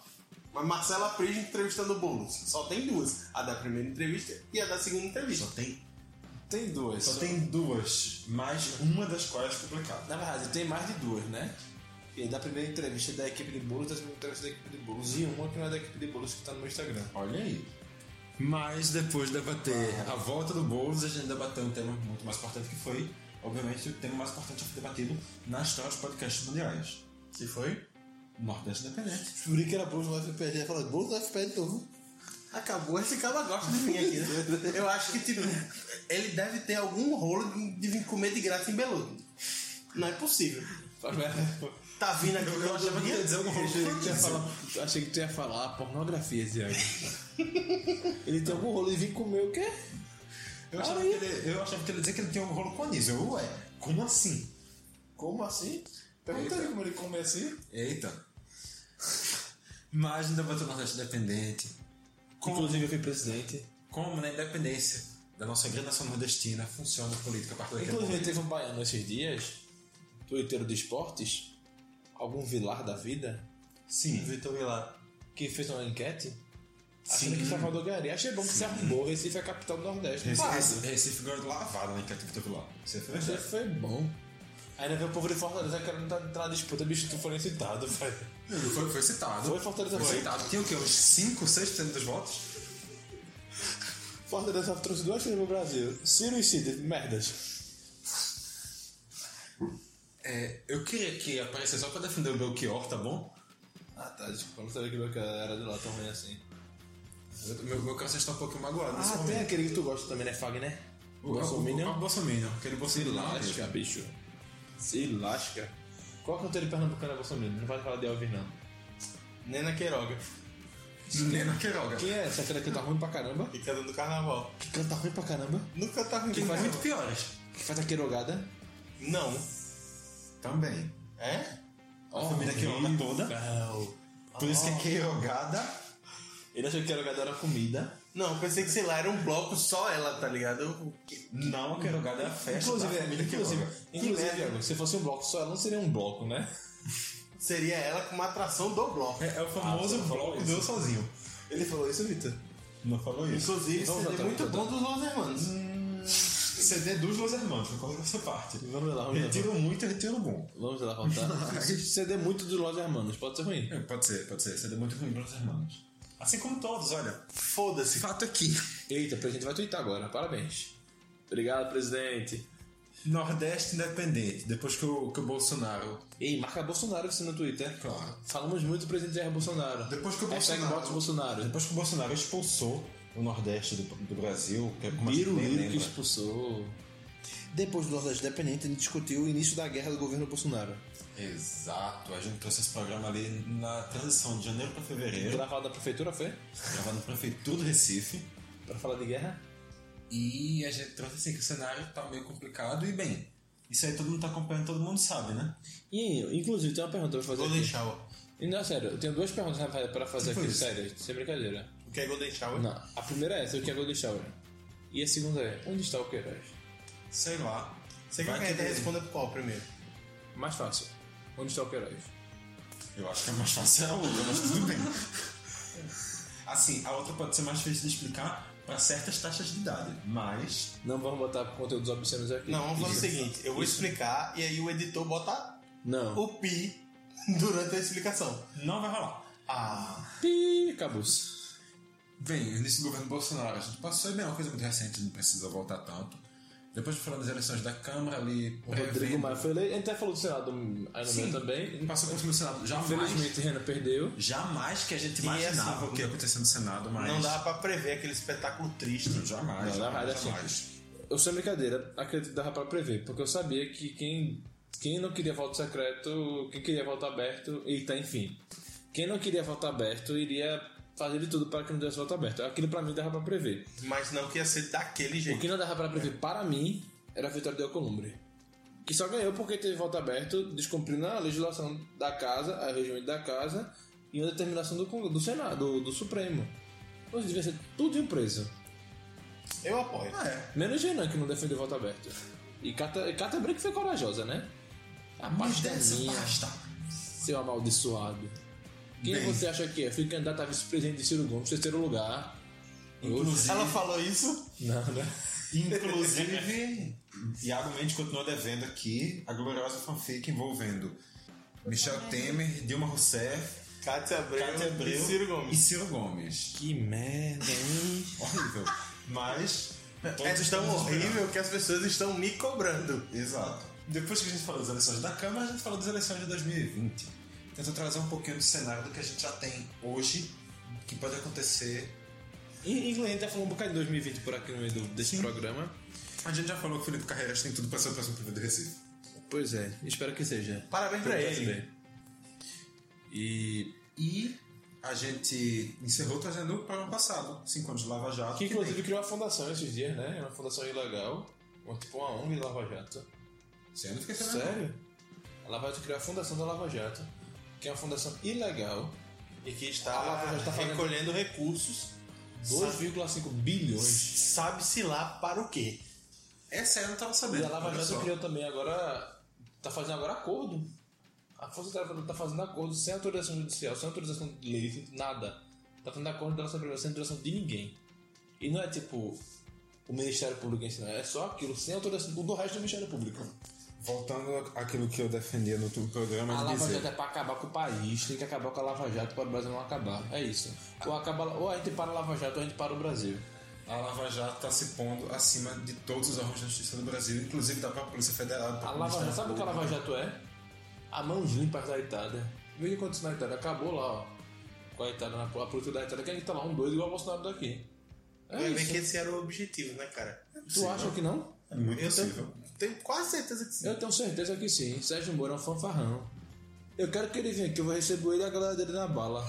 Speaker 5: Mas Marcela Frege entrevistando o Boulos. Só tem duas. A da primeira entrevista e a da segunda entrevista. Só tem?
Speaker 1: Então Tem duas.
Speaker 2: Só tem duas, mais uma das quais publicada.
Speaker 1: Na verdade, tem mais de duas, né? E da primeira entrevista é da equipe de bolos, da segunda entrevista é da equipe de bolos. E uma que não é da equipe de bolos que tá no meu Instagram.
Speaker 2: Olha aí. Mas depois de debater
Speaker 1: Ah.
Speaker 2: a volta do Boulos, a gente debateu um tema muito mais importante que foi, obviamente, o tema mais importante a ser debatido na história dos podcasts mundiais.
Speaker 5: Se foi?
Speaker 2: Nordeste Independente.
Speaker 5: Descobri que era Boulos no FPD. Eu falei, Boulos no FPD de novo. Acabou, esse cara gosta de mim aqui. né? Eu acho que, tipo, ele deve ter algum rolo de- de vir comer de graça em Beludo. Não é possível.
Speaker 1: Faz merda.
Speaker 5: Tá vindo aqui
Speaker 2: Eu achava que ia dizer algum
Speaker 1: Achei que
Speaker 2: rolo
Speaker 1: tu ia falar, achei que tu ia falar pornografia, Ziane. Ele tem algum rolo e vim comer o quê?
Speaker 2: Eu achava, que ele, eu achava que ele ia dizer que ele tinha um rolo com anis. Eu, ué, como assim?
Speaker 1: Como assim? Pergunta aí como ele come assim.
Speaker 2: Eita. Mas no debate do Nordeste Independente,
Speaker 1: Inclusive, eu fui presidente.
Speaker 2: como na independência da nossa grande nação nordestina funciona a política a partir daquele
Speaker 1: Inclusive, teve um baiano esses dias, twitteiro de esportes, algum vilar da vida,
Speaker 2: Sim.
Speaker 9: Vitor Vilar.
Speaker 1: que fez uma enquete achando que Salvador ganharia. Achei bom que se arrumou. Recife é a capital do Nordeste.
Speaker 2: Recife,
Speaker 1: Mas
Speaker 2: Recife, Recife ganhou de lavada na enquete que teve lá. Você foi
Speaker 1: Isso aí foi bom. Ainda veio o povo de Fortaleza querendo entrar entrar na disputa, bicho, tu foi nem citado, velho.
Speaker 2: Foi, foi citado.
Speaker 1: Foi Fortaleza
Speaker 2: Foi
Speaker 1: foi.
Speaker 2: citado. Tinha o quê? Uns 5, 6% dos votos?
Speaker 1: Fortaleza trouxe duas filhas pro Brasil. Ciro e Cid, merdas.
Speaker 2: É, eu queria que aparecesse só pra defender o Belchior, tá bom?
Speaker 1: Ah tá, desculpa, eu não sabia que meu cara era de lá tão ruim assim.
Speaker 2: Eu- Meu, meu coração está um pouquinho magoado nesse
Speaker 1: Ah,
Speaker 2: momento.
Speaker 1: tem aquele que tu gosta também, né, Fagner?
Speaker 2: O,
Speaker 1: Bolsominion?
Speaker 2: o, o Bolsominion, aquele Bolsonaro.
Speaker 1: Lasca, bicho. Se lasca. Qual cantor de Pernambucano é Bolsonaro? Não vai falar de Elvis, não.
Speaker 5: Nena Queiroga.
Speaker 2: Nena Queiroga.
Speaker 1: Quem é essa cara que canta ruim pra caramba?
Speaker 5: E
Speaker 2: tá
Speaker 5: cada um do carnaval.
Speaker 1: Que canta ruim pra caramba?
Speaker 5: Nunca tá ruim.
Speaker 1: Que faz,
Speaker 2: Muito piores.
Speaker 1: que faz a queirogada?
Speaker 5: Não.
Speaker 2: Também.
Speaker 5: É?
Speaker 1: Ó, né,
Speaker 2: Família Queiroga toda. Por isso que é Queirogada.
Speaker 1: Ele achou que queirogada era comida.
Speaker 5: Não, eu pensei que, sei lá, era um bloco só ela, tá ligado? Eu-
Speaker 2: Não, a Queirogada é a festa
Speaker 1: Inclusive,
Speaker 2: da família
Speaker 1: inclusive,
Speaker 2: Queiroga.
Speaker 1: inclusive Iago, se fosse um bloco só, ela não seria um bloco, né?
Speaker 5: Seria ela com uma atração do bloco.
Speaker 2: É, é o
Speaker 1: Ah,
Speaker 2: famoso bloco do eu sozinho.
Speaker 1: Ele falou isso, Vitor.
Speaker 2: Não falou isso.
Speaker 5: Inclusive,
Speaker 1: Vamos
Speaker 5: seria
Speaker 1: atrás,
Speaker 5: muito
Speaker 1: vamos
Speaker 5: bom dos Los Hermanos.
Speaker 2: CD dos Los Hermanos, concordo com essa parte.
Speaker 1: Vamos lá, vamos lá.
Speaker 2: Retiro muito, retiro bom.
Speaker 1: Vamos lá, contar. CD muito dos Los Hermanos, pode ser ruim.
Speaker 2: É, Pode ser, pode ser. CD muito ruim para os irmãos. Assim como todos, olha.
Speaker 5: Foda-se.
Speaker 2: Fato aqui.
Speaker 1: Eita, a gente vai twittar agora, parabéns. Obrigado, presidente.
Speaker 2: Nordeste independente. Depois que o, que o Bolsonaro.
Speaker 1: Ei, marca Bolsonaro você no Twitter.
Speaker 2: Claro.
Speaker 1: Falamos muito do presidente Jair Bolsonaro.
Speaker 2: Depois que o
Speaker 1: Hashtag
Speaker 2: Bolsonaro-
Speaker 1: Bota o Bolsonaro.
Speaker 2: Depois que o Bolsonaro expulsou o Nordeste do, do Brasil, que é como a gente
Speaker 1: Biro
Speaker 2: nem
Speaker 1: Liro né, que
Speaker 2: lembra.
Speaker 1: expulsou. Depois do Nordeste Dependente, ele discutiu o início da guerra do governo Bolsonaro.
Speaker 2: Exato. A gente trouxe esse programa ali na transição de janeiro para fevereiro,
Speaker 1: Gravado na prefeitura, foi?
Speaker 2: gravado na Prefeitura do Recife.
Speaker 1: Pra falar de guerra?
Speaker 2: E a gente trouxe assim que o cenário tá meio complicado e bem. Isso aí todo mundo tá acompanhando, todo mundo sabe, né?
Speaker 1: E, inclusive, tem uma pergunta pra fazer
Speaker 5: Golden
Speaker 1: aqui.
Speaker 5: Shower.
Speaker 1: E, Não, sério, eu tenho duas perguntas pra fazer- pra fazer
Speaker 2: Foi
Speaker 1: aqui,
Speaker 2: isso.
Speaker 1: sério, sem brincadeira.
Speaker 5: O que é Golden Shower?
Speaker 1: Não, a primeira é essa, o que é Golden Shower. E a segunda é, onde está o Queiroz?
Speaker 2: Sei lá.
Speaker 5: Você quer
Speaker 2: Vai
Speaker 5: que a gente
Speaker 2: que-
Speaker 5: responda qual primeiro?
Speaker 1: Mais fácil, onde está o Queiroz?
Speaker 2: Eu acho que é mais fácil a outra, mas tudo bem. Assim, a outra pode ser mais difícil de explicar para certas taxas de idade, mas
Speaker 1: Não vamos botar conteúdos obscenos aqui.
Speaker 5: Não, vamos fazer o seguinte: eu vou explicar e aí o editor bota
Speaker 1: Não.
Speaker 5: o pi durante a explicação.
Speaker 2: não vai rolar.
Speaker 5: Ah,
Speaker 1: Pi, acabou-se.
Speaker 2: Bem, o início do governo Bolsonaro, a gente passou, e bem, é uma coisa muito recente, não precisa voltar tanto. Depois foram as eleições da Câmara ali,
Speaker 1: Rodrigo
Speaker 2: prevendo-
Speaker 1: Maia foi eleito. A gente até falou do Senado aí no meio também.
Speaker 2: Passou por cima do Senado, jamais,
Speaker 1: Infelizmente, Renan perdeu.
Speaker 2: jamais que a gente
Speaker 5: E
Speaker 2: imaginava
Speaker 5: assim,
Speaker 2: o que ia acontecer no Senado, mas...
Speaker 5: não dá pra prever aquele espetáculo triste.
Speaker 2: Jamais,
Speaker 1: Não, na
Speaker 2: jamais,
Speaker 1: verdade,
Speaker 2: jamais.
Speaker 1: Eu sou brincadeira, acredito que dava pra prever, porque eu sabia que quem, quem não queria voto secreto, quem queria voto aberto, eita, enfim. Quem não queria voto aberto iria fazer de tudo para que não desse voto aberto. Aquilo pra mim dava pra prever.
Speaker 5: Mas não que ia ser daquele
Speaker 1: O
Speaker 5: jeito.
Speaker 1: que não dava pra prever para mim era a vitória do Alcolumbre. Que só ganhou porque teve voto aberto, descumprindo a legislação da casa, a regimento da casa e uma determinação do, Cong- do Senado, do, do Supremo. Ou seja, devia ser tudo em preso.
Speaker 5: Eu apoio.
Speaker 1: Menos Renan, que não defendeu voto aberto. E Cata, e Cata Branco foi corajosa, né? A pasta é minha, seu amaldiçoado. Quem você acha que é? Fui candidato a vice-presidente de Ciro Gomes, terceiro lugar. Inclusive,
Speaker 5: Ela falou isso?
Speaker 2: Inclusive, Iago Mendes continua devendo aqui a gloriosa fanfic envolvendo Michel Temer, Dilma Rousseff,
Speaker 5: Cátia Abreu,
Speaker 2: Cátia Abreu
Speaker 5: e Ciro Gomes.
Speaker 2: e Ciro Gomes.
Speaker 1: Que merda, hein?
Speaker 2: Horrível. Mas. todos
Speaker 5: É tão
Speaker 2: estamos
Speaker 5: horrível que as pessoas estão me cobrando.
Speaker 2: esperando. Exato. Depois que a gente falou das eleições da Câmara, a gente falou das eleições de 2020. Tenta trazer um pouquinho do cenário do que a gente já tem hoje, que pode acontecer
Speaker 1: E, Inclusive, a gente tá falando um bocado de 2020 por aqui no meio do- desse programa.
Speaker 2: A gente já falou que o Felipe Carreiras tem tudo pra ser o próximo prefeito do Recife.
Speaker 1: Pois é, espero que seja.
Speaker 5: Parabéns pra ele.
Speaker 2: E, e a gente encerrou trazendo o programa passado, 5 anos de Lava Jato.
Speaker 1: Que inclusive
Speaker 2: tem-
Speaker 1: criou uma fundação esses dias, né? É Uma fundação ilegal. Uma, tipo uma ONG de Lava Jato.
Speaker 2: Você não fica sabendo.
Speaker 1: Sério? A Lava Jato criou a fundação da Lava Jato, que é uma fundação ilegal.
Speaker 5: E que
Speaker 1: A Lava
Speaker 5: está
Speaker 1: Jato tá fazendo-
Speaker 5: recolhendo recursos,
Speaker 1: 2,5 bilhões.
Speaker 5: sabe-se lá para o quê.
Speaker 2: Essa eu não tava sabendo.
Speaker 1: E a Lava
Speaker 2: olha
Speaker 1: Jato
Speaker 2: só.
Speaker 1: criou também agora. Tá fazendo agora acordo. A Força Tarefa tá fazendo acordo sem autorização judicial, sem autorização de lei, sem nada. Tá fazendo acordo da nossa privacidade sem autorização de ninguém. E não é tipo o Ministério Público ensinar, é só aquilo, sem autorização do do resto do Ministério Público.
Speaker 2: Voltando àquilo que eu defendia no outro programa
Speaker 1: A
Speaker 2: de
Speaker 1: Lava
Speaker 2: dizer.
Speaker 1: Jato é pra acabar com o país, tem que acabar com a Lava Jato para o Brasil não acabar. É isso. Ou, acaba, ou a gente para a Lava Jato ou a gente para o Brasil.
Speaker 2: A Lava Jato está se pondo acima de todos os órgãos de justiça do Brasil, inclusive da própria Polícia Federal. do
Speaker 1: A
Speaker 2: próprio
Speaker 1: Lava Jato,
Speaker 2: Ministério
Speaker 1: sabe o que a
Speaker 2: Público.
Speaker 1: Lava Jato é? A mão limpa da Itália. Vê o que aconteceu na Itália. Acabou lá, ó. Com a Itália, na a política da Itália, que a gente tá lá um dois igual o Bolsonaro daqui. É
Speaker 5: Vai ver
Speaker 1: isso.
Speaker 5: que esse era o objetivo, né, cara?
Speaker 1: Tu acha que não?
Speaker 2: É muito
Speaker 5: Eu
Speaker 2: possível.
Speaker 5: tenho, tenho quase certeza que sim.
Speaker 1: Eu tenho certeza que sim. Sérgio Moro é um fanfarrão. Eu quero que ele venha aqui, eu vou receber ele e a galera dele na bala.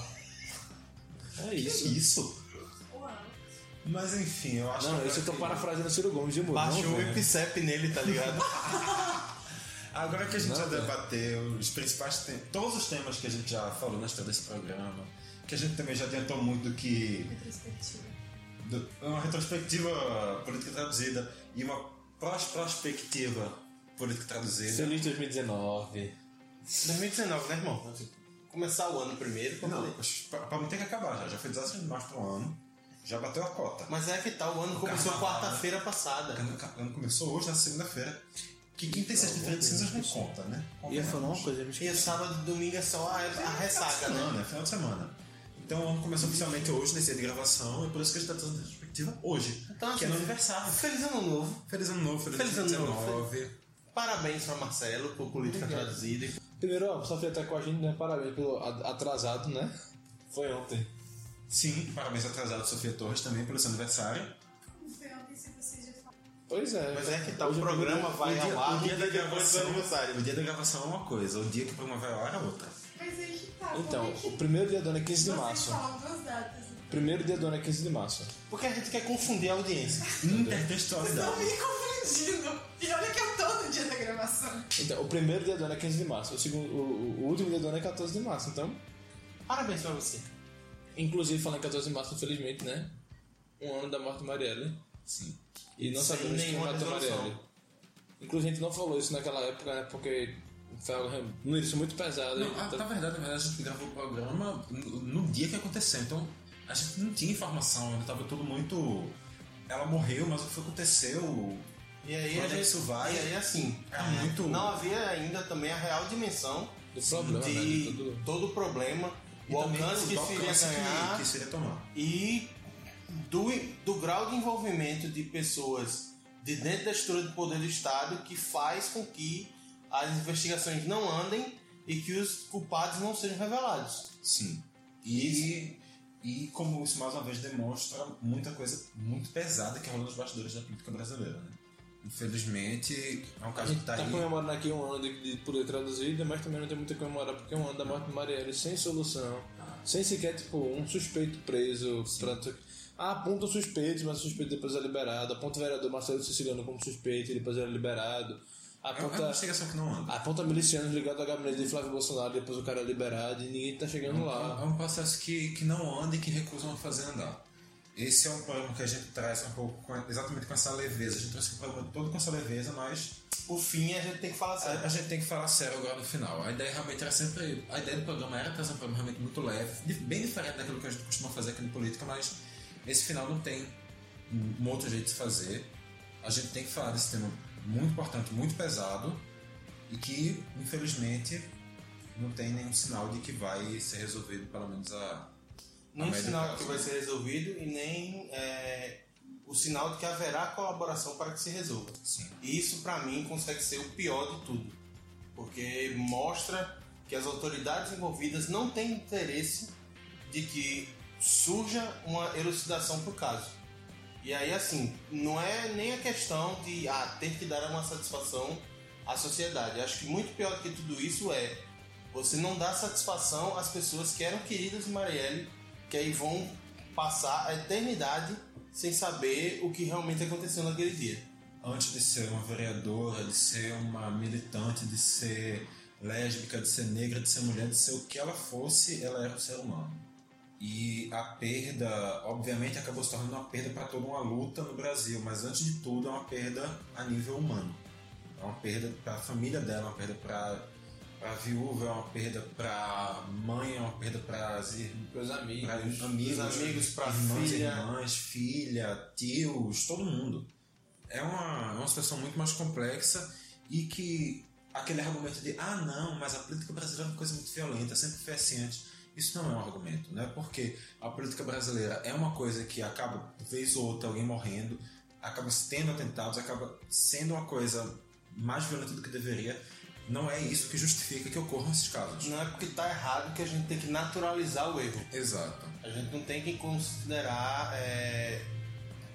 Speaker 1: É isso.
Speaker 2: Isso.
Speaker 8: Uau.
Speaker 2: Mas enfim, eu acho
Speaker 1: Não,
Speaker 2: que.
Speaker 1: isso eu tô parafraseando Ciro Gomes de Moro.
Speaker 5: Baixou
Speaker 1: não,
Speaker 5: o
Speaker 1: velho.
Speaker 5: IPCEP nele, tá ligado?
Speaker 2: Agora que a gente
Speaker 1: Não,
Speaker 2: já
Speaker 1: velho.
Speaker 2: debateu os principais temas, todos os temas que a gente já falou na história desse programa, que a gente também já adiantou muito do que.
Speaker 8: Retrospectiva.
Speaker 2: do- uma retrospectiva política traduzida e uma pros- prospectiva política traduzida.
Speaker 1: Feliz 2019.
Speaker 5: 2019, né, irmão? Começar o ano primeiro, como eu
Speaker 2: Não,
Speaker 5: falei.
Speaker 2: pra, pra mim tem que acabar já. Já foi 17 de março pra um ano, já bateu a cota.
Speaker 5: Mas é que tá, o ano começou
Speaker 2: carnaval,
Speaker 5: quarta-feira
Speaker 2: O
Speaker 5: passada.
Speaker 2: ano- o ano começou hoje, na segunda-feira. Que quinta e sexta-feira de cinzas não conta, né?
Speaker 1: Ia falar uma coisa, me
Speaker 5: E o sábado e domingo é só a, a ressaca, né?
Speaker 2: semana, final de semana. Então o ano começou oficialmente hoje, nesse dia de gravação, e por isso que a gente tá trazendo a retrospectiva hoje.
Speaker 5: Então,
Speaker 2: que é
Speaker 5: assim,
Speaker 2: no aniversário.
Speaker 5: Feliz ano novo.
Speaker 2: Feliz ano novo, feliz,
Speaker 5: Feliz ano novo,
Speaker 2: 2019.
Speaker 5: Parabéns pra Marcelo por política traduzida.
Speaker 1: Primeiro, ó, só tá com a gente, né? Parabéns pelo a- atrasado, né? Foi ontem.
Speaker 2: Sim, parabéns atrasado, Sofia Torres, também pelo seu aniversário.
Speaker 8: Não foi ontem se você já falou.
Speaker 1: Pois é.
Speaker 5: Mas é que tá, o
Speaker 1: Hoje eu
Speaker 5: programa
Speaker 1: pergunto-
Speaker 5: vai
Speaker 2: o dia-
Speaker 5: ao ar
Speaker 2: o
Speaker 5: no
Speaker 2: dia
Speaker 5: dia
Speaker 2: da
Speaker 5: depois do
Speaker 2: gravação.
Speaker 5: aniversário.
Speaker 2: O dia da gravação é uma coisa, o dia que o programa vai ao ar é outra.
Speaker 8: Mas aí que tá.
Speaker 1: Então,
Speaker 8: como é que
Speaker 1: o primeiro dia do ano é 15 de
Speaker 8: vocês
Speaker 1: março.
Speaker 8: falam duas datas.
Speaker 1: Primeiro dia do ano é 15 de março.
Speaker 5: Porque a gente quer confundir a audiência.
Speaker 8: Estão
Speaker 2: Intertextualidade.
Speaker 8: me confundindo. E olha que eu tô no dia da gravação.
Speaker 1: Então, o primeiro dia do ano é 15 de março. O, segundo, o, o último dia do ano é 14 de março. Então,
Speaker 5: Parabéns pra você.
Speaker 1: inclusive, falando em 14 de março, infelizmente, né? Um ano da morte de Marielle.
Speaker 2: Sim.
Speaker 1: E não
Speaker 5: Sem
Speaker 1: sabemos quem
Speaker 5: nenhuma
Speaker 1: matou
Speaker 5: resolução.
Speaker 1: Marielle. Inclusive, a gente não falou isso naquela época, né? Porque foi algo um isso muito pesado.
Speaker 2: Não, ah, a-
Speaker 1: Então,
Speaker 2: na verdade, na verdade, a gente gravou o programa no, no dia que aconteceu, então a a gente não tinha informação, ainda tava tudo muito. Ela morreu, mas o que foi que aconteceu?
Speaker 5: E
Speaker 2: Onde
Speaker 5: aí, a
Speaker 2: é que
Speaker 5: gente,
Speaker 2: isso vai?
Speaker 5: e aí assim,
Speaker 2: É muito.
Speaker 5: não havia ainda também a real dimensão
Speaker 1: Do problema, né?
Speaker 5: de
Speaker 1: De tudo.
Speaker 5: todo o problema,
Speaker 2: E
Speaker 5: o
Speaker 2: também
Speaker 5: alcance que
Speaker 2: do
Speaker 5: se iria
Speaker 2: alcance que-
Speaker 5: ganhar
Speaker 2: que se iria tomar.
Speaker 5: e do, do grau de envolvimento de pessoas de dentro da estrutura do poder do Estado que faz com que as investigações não andem e que os culpados não sejam revelados.
Speaker 2: Sim. E, e como isso mais uma vez demonstra muita coisa muito pesada que rola nos bastidores da política brasileira, né? Infelizmente, é um
Speaker 1: A
Speaker 2: caso que
Speaker 1: gente
Speaker 2: tá
Speaker 1: tá
Speaker 2: aí.
Speaker 1: comemorando aqui um ano de, de poder traduzida, mas também não tem muito a comemorar porque é um ano da morte de Marielle sem solução, sem sequer, tipo, um suspeito preso. Pra... Ah, aponta o suspeito, mas o suspeito depois é liberado. Aponta o vereador Marcelo Siciliano como suspeito e depois ele é liberado.
Speaker 2: É uma
Speaker 1: Aponta,
Speaker 2: investigação que não anda.
Speaker 1: aponta milicianos ligados ao gabinete de Flávio Bolsonaro depois o cara é liberado e ninguém tá chegando lá.
Speaker 2: É um processo que, que não anda e que recusam a fazer andar. Esse é um problema que a gente traz um pouco com- exatamente com essa leveza. A gente trouxe o problema todo com essa leveza, mas
Speaker 5: Por fim, a gente tem que falar
Speaker 2: a,
Speaker 5: sério.
Speaker 2: a gente tem que falar sério agora no final. A ideia realmente era sempre. A ideia do programa era trazer um programa realmente muito leve, di- bem diferente daquilo que a gente costuma fazer aqui no Política, mas esse final não tem um um outro jeito de se fazer. A gente tem que falar desse tema muito importante, muito pesado e que, infelizmente, não tem nenhum sinal de que vai ser resolvido, pelo menos a. a
Speaker 5: Nem
Speaker 2: médio
Speaker 5: é sinal
Speaker 2: prazo.
Speaker 5: que vai ser resolvido e nem é, o sinal de que haverá colaboração para que se resolva.
Speaker 2: Sim.
Speaker 5: E isso, para mim, consegue ser o pior de tudo, porque mostra que as autoridades envolvidas não têm interesse de que surja uma elucidação para o caso. E aí, assim, não é nem a questão de ah, ter que dar uma satisfação à sociedade. Acho que muito pior do que tudo isso é você não dar satisfação às pessoas que eram queridas de Marielle, que aí vão passar a eternidade sem saber o que realmente aconteceu naquele dia.
Speaker 2: antes de ser uma vereadora, de ser uma militante, de ser lésbica, de ser negra, de ser mulher, de ser o que ela fosse, ela era um ser humano. E a perda, obviamente, acabou se tornando uma perda para toda uma luta no Brasil, mas antes de tudo é uma perda a nível humano. É uma perda para a família dela, é uma perda para a viúva, é uma perda para a mãe, é uma perda para as
Speaker 1: Pros amigos.
Speaker 2: Pra amigos,
Speaker 5: Pros amigos, pra
Speaker 2: irmãos,
Speaker 5: filha.
Speaker 2: irmãs, filha, tios, todo mundo. É uma, é uma situação muito mais complexa e que aquele argumento de ah não, mas a política brasileira é uma coisa muito violenta, sempre foi assim antes. Isso não é um argumento, né? Porque a política brasileira é uma coisa que acaba, vez ou outra, alguém morrendo, acaba tendo atentados, acaba sendo uma coisa mais violenta do que deveria. Não é isso que justifica que ocorram esses casos.
Speaker 5: Não é porque tá errado que a gente tem que naturalizar o erro.
Speaker 2: Exato.
Speaker 5: A gente não tem que considerar é,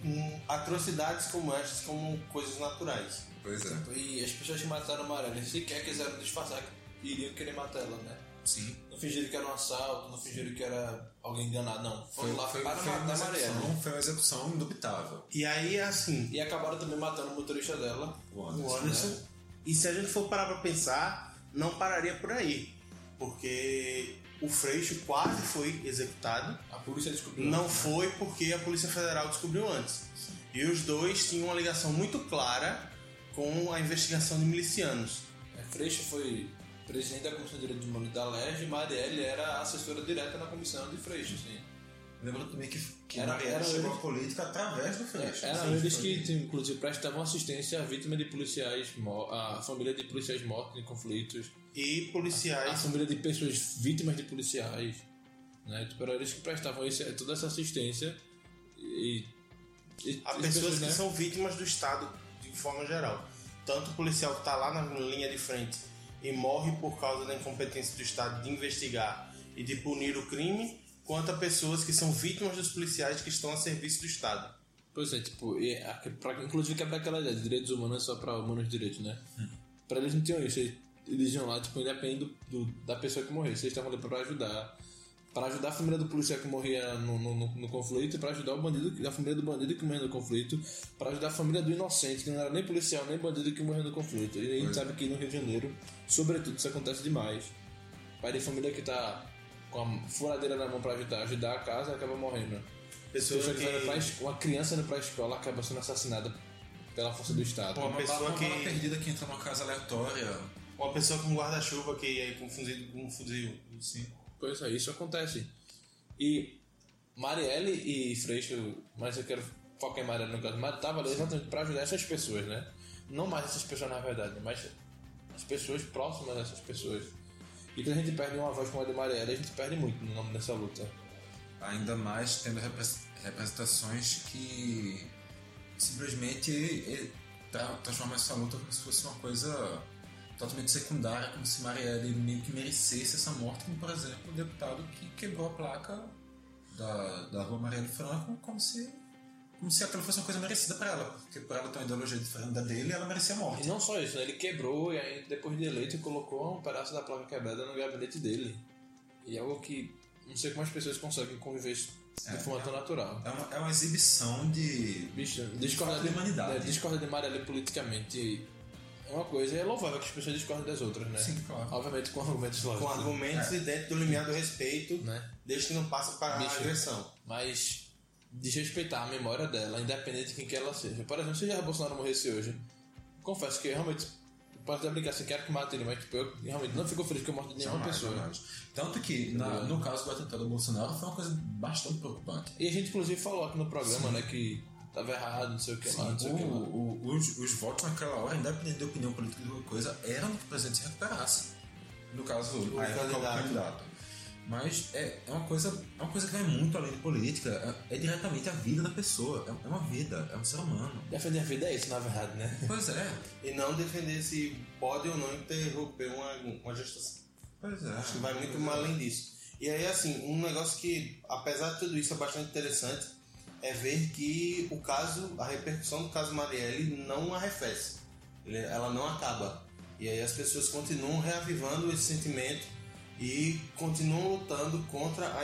Speaker 5: um- atrocidades como estas como coisas naturais.
Speaker 2: Pois é.
Speaker 1: E as pessoas que mataram Marielle sequer quiseram disfarçar que iriam querer matar ela, né?
Speaker 2: Sim.
Speaker 1: Não fingiram que era um assalto, não fingiram que era alguém enganado, não. Foram lá para
Speaker 2: uma
Speaker 1: matar a Marielle.
Speaker 2: execução, foi uma execução indubitável.
Speaker 5: E aí, assim,
Speaker 1: né? E acabaram também matando o motorista dela.
Speaker 2: O
Speaker 5: o
Speaker 2: Anderson. né?
Speaker 5: Anderson. E se a gente for parar pra pensar, não pararia por aí. Porque o Freixo quase foi executado.
Speaker 1: A polícia descobriu.
Speaker 5: Não foi porque a Polícia Federal descobriu antes. E os dois tinham uma ligação muito clara com a investigação de milicianos.
Speaker 1: É, Freixo foi presidente da Comissão de Direitos Humanos da LERJ e Marielle era assessora direta na comissão de Freixo, assim. sim.
Speaker 2: Lembrando também que, que
Speaker 1: Era-
Speaker 2: Marielle
Speaker 1: era ele-
Speaker 2: chegou à política através do Freixo.
Speaker 1: Eram
Speaker 2: Sim,
Speaker 1: eles
Speaker 2: foi-
Speaker 1: um que, tipo, inclusive, prestavam assistência à vítima de policiais, mor- à família de policiais mortos em conflitos,
Speaker 5: E
Speaker 1: à
Speaker 5: policiais.
Speaker 1: família de pessoas vítimas de policiais. Né? Tipo, eram eles que prestavam esse- toda essa assistência e. e-
Speaker 5: a
Speaker 1: e
Speaker 5: pessoas
Speaker 1: né?
Speaker 5: que são vítimas do Estado de forma geral. Tanto o policial que está lá na linha de frente e morre por causa da incompetência do Estado de investigar e de punir o crime, quanto a pessoas que são vítimas dos policiais que estão a serviço do Estado.
Speaker 1: Pois é, tipo, e a- pra- inclusive quebrar aquela ideia de direitos humanos é só pra humanos direitos, né? Pra eles não tinham isso, eles, eles iam lá, tipo, independente do, do- da pessoa que morreu, eles estavam ali pra ajudar. Pra ajudar a família do policial que morria no, no, no, no conflito, pra ajudar o bandido, a família do bandido que morreu no conflito, pra ajudar a família do inocente, que não era nem policial nem bandido que morreu no conflito. E a gente sabe que no Rio de Janeiro, sobretudo, isso acontece demais. Pai de família que tá com a furadeira na mão pra ajudar, ajudar a casa acaba morrendo.
Speaker 5: Pessoas
Speaker 1: Pessoa que vai pra
Speaker 5: que,
Speaker 1: es- uma criança indo pra escola acaba sendo assassinada pela força do Estado.
Speaker 5: uma pessoa
Speaker 2: Uma bala
Speaker 5: que,
Speaker 2: perdida que entra numa casa aleatória.
Speaker 5: uma pessoa com um guarda-chuva que é confundido com um fuzil.
Speaker 2: Sim.
Speaker 1: Pois é, isso acontece. E Marielle e Freixo, mas eu quero focar em Marielle no caso, mas tava ali exatamente pra ajudar essas pessoas, né? Não mais essas pessoas na verdade, mas as pessoas próximas dessas pessoas. E quando a gente perde uma voz como a de Marielle, a gente perde muito no nome dessa luta.
Speaker 2: Ainda mais tendo repre- representações que simplesmente eh, tra- transformam essa luta como se fosse uma coisa totalmente secundária, como se Marielle meio que merecesse essa morte, como por exemplo o deputado que quebrou a placa da, da rua Marielle Franco, como se, como se aquilo fosse uma coisa merecida para ela, porque por ela ter uma ideologia diferente da dele, ela merecia a morte.
Speaker 1: E não só isso, né? ele quebrou e aí depois de eleito colocou um pedaço da placa quebrada no gabinete dele. E é algo que não sei como as pessoas conseguem conviver isso de forma tão natural.
Speaker 2: É uma, é uma exibição de.
Speaker 1: Bicho, discordar
Speaker 2: fato É, de
Speaker 1: de, né,
Speaker 2: humanidade.
Speaker 1: discordar de Marielle politicamente é uma coisa e é louvável que as pessoas discordem das outras, né?
Speaker 2: Sim, claro.
Speaker 1: Obviamente com argumentos
Speaker 5: Com
Speaker 1: lógicos.
Speaker 5: argumentos e dentro do limiar do respeito,
Speaker 1: Né?
Speaker 5: desde que não passa
Speaker 2: Ah,
Speaker 5: para a
Speaker 1: Bicho.
Speaker 5: agressão.
Speaker 1: Mas desrespeitar a memória dela, independente de quem que ela seja. Por exemplo, se o Jair Bolsonaro morresse hoje, confesso que eu realmente posso até brincar assim, quero que mate ele, mas tipo, eu realmente não fico feliz com a morte de nenhuma
Speaker 2: Jamais,
Speaker 1: pessoa.
Speaker 2: jamais. Tanto que, na- no caso do atentado ao Bolsonaro, foi uma coisa bastante preocupante.
Speaker 1: E a gente inclusive falou aqui no programa, né, que tava errado, não sei o que lá, não sei o que
Speaker 2: o,
Speaker 1: lá.
Speaker 2: o- os, os votos naquela hora, independente da opinião política de alguma coisa, eram que o presidente se recuperasse. No caso, o candidato.
Speaker 5: candidato.
Speaker 2: candidato. Mas é, é, uma coisa, é uma coisa que vai muito além de política. É, é diretamente a vida da pessoa. É, é uma vida, é um ser humano.
Speaker 1: Defender a vida é isso, na verdade, né?
Speaker 2: Pois é,
Speaker 5: E não defender se pode ou não interromper uma, uma gestação.
Speaker 2: pois é.
Speaker 5: Acho que vai muito mais além disso. E aí, assim, um negócio que, apesar de tudo isso, é bastante interessante é ver que o caso, a repercussão do caso Marielle não arrefece. Ele- Ela não acaba. E aí as pessoas continuam reavivando esse sentimento e continuam lutando contra a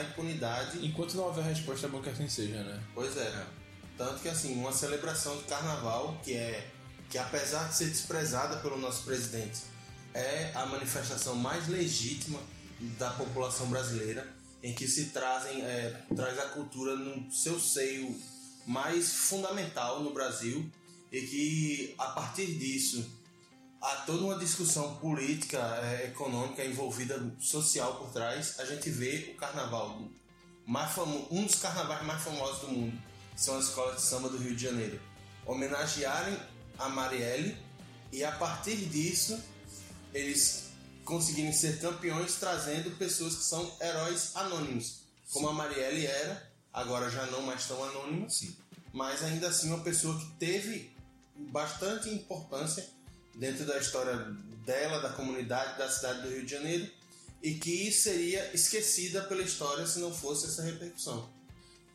Speaker 5: impunidade
Speaker 1: Enquanto não houver resposta, é bom que assim seja, né?
Speaker 5: Pois é. Tanto que assim, uma celebração de carnaval que é que apesar de ser desprezada pelo nosso presidente, é a manifestação mais legítima da população brasileira, em que se trazem é, traz a cultura no seu seio mais fundamental no Brasil e que a partir disso há toda uma discussão política, é, econômica envolvida, social por trás. A gente vê o carnaval mais famo- um dos carnavais mais famosos do mundo, são as escolas de samba do Rio de Janeiro, homenagearem a Marielle e a partir disso eles conseguirem ser campeões trazendo pessoas que são heróis anônimos, como a Marielle era, agora já não mais tão anônima,
Speaker 2: Sim.
Speaker 5: mas ainda assim uma pessoa que teve bastante importância dentro da história dela, da comunidade, da cidade do Rio de Janeiro e que seria esquecida pela história se não fosse essa repercussão.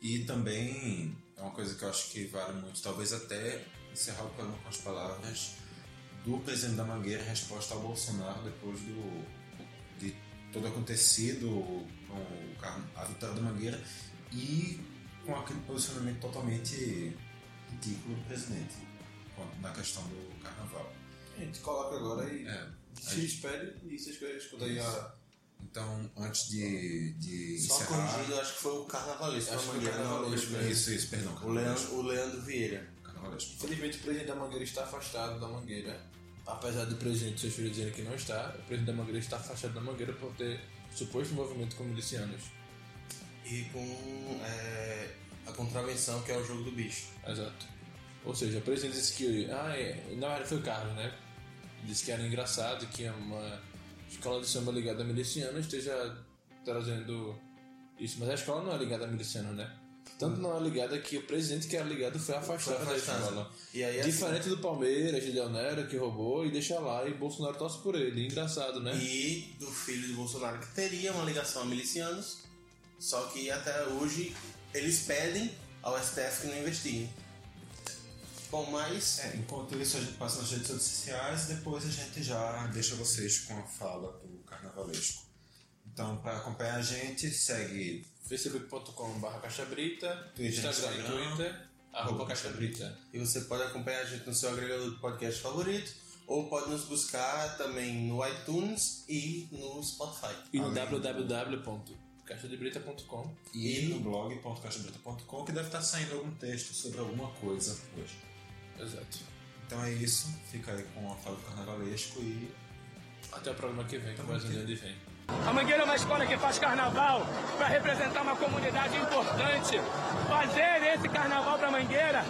Speaker 2: E também é uma coisa que eu acho que vale muito, talvez até encerrar o programa com as palavras do presidente da Mangueira em resposta ao Bolsonaro depois do, de todo acontecido com o carro- a vitória da Mangueira e com aquele posicionamento totalmente ridículo do presidente com- na questão do carnaval.
Speaker 1: A gente coloca agora e
Speaker 2: É,
Speaker 1: se despede e vocês querem escutar aí a...
Speaker 2: então, antes de, de
Speaker 5: Só
Speaker 2: encerrar...
Speaker 5: corrigindo, eu acho que foi o Carnavalesco.
Speaker 1: Acho
Speaker 5: a
Speaker 1: que
Speaker 5: Mangueira,
Speaker 1: foi o
Speaker 5: não,
Speaker 1: Carnavalesco, né?
Speaker 5: o-
Speaker 2: Isso, isso, perdão.
Speaker 5: o Leandro, o Leandro Vieira.
Speaker 2: Carnavalesco.
Speaker 1: Infelizmente o presidente da Mangueira está afastado da Mangueira. Apesar do presidente do seu filho dizendo que não está, o presidente da Mangueira está afastado da Mangueira por ter suposto envolvimento com milicianos.
Speaker 5: E com é, a contravenção, que é o jogo do bicho.
Speaker 1: Exato. Ou seja, o presidente disse que. Ah, é, na verdade foi o Carlos, né? Disse que era engraçado que é uma escola de samba ligada a milicianos esteja trazendo isso. Mas a escola não é ligada a milicianos, né? Tanto não é ligada que o presidente que era ligado foi afastado da
Speaker 5: afastado.
Speaker 1: escola.
Speaker 5: E aí, assim,
Speaker 1: Diferente do Palmeiras, de Leonero, que roubou e deixa lá, e Bolsonaro torce por ele. Engraçado, né?
Speaker 5: e do filho de Bolsonaro, que teria uma ligação a milicianos, só que até hoje eles pedem ao STF que não investiguem. Bom, mas
Speaker 9: É, enquanto isso a gente passa nas redes sociais e depois a gente já
Speaker 2: deixa vocês com a fala do carnavalesco.
Speaker 9: Então, para acompanhar a gente, segue
Speaker 1: facebook.com.br caixabrita,
Speaker 9: Twitter,
Speaker 1: Instagram e
Speaker 9: Instagram.
Speaker 1: Twitter, arroba caixabrita.
Speaker 5: E você pode acompanhar a gente no seu agregador de podcast favorito ou pode nos buscar também no iTunes e no Spotify.
Speaker 1: E no www.caixadebrita.com
Speaker 2: E
Speaker 9: no blog.caixabreta.com que deve estar saindo algum texto sobre alguma coisa hoje.
Speaker 1: Exato.
Speaker 9: Então é isso, fica aí com a fala do carnavalesco e
Speaker 1: Até o programa que vem, que mais um grande vem.
Speaker 10: A Mangueira é uma escola que faz carnaval para representar uma comunidade importante. Fazer esse carnaval para Mangueira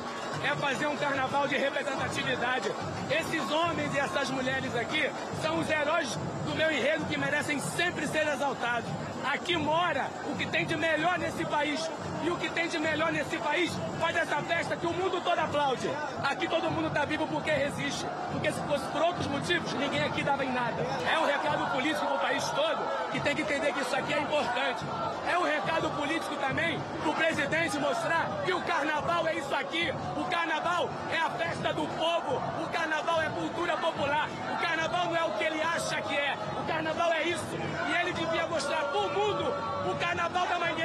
Speaker 10: é fazer um carnaval de representatividade. Esses homens e essas mulheres aqui são os heróis do meu enredo que merecem sempre ser exaltados. Aqui mora o que tem de melhor nesse país. E o que tem de melhor nesse país faz essa festa que o mundo todo aplaude. Aqui todo mundo está vivo porque resiste. Porque se fosse por outros motivos, ninguém aqui dava em nada. É um recado político para o país todo que tem que entender que isso aqui é importante. É um recado político também para o presidente mostrar que o carnaval é isso aqui. O carnaval é a festa do povo. O carnaval é cultura popular. O carnaval não é o que ele acha que é. O carnaval é isso. E ele devia mostrar pro mundo o carnaval da manhã.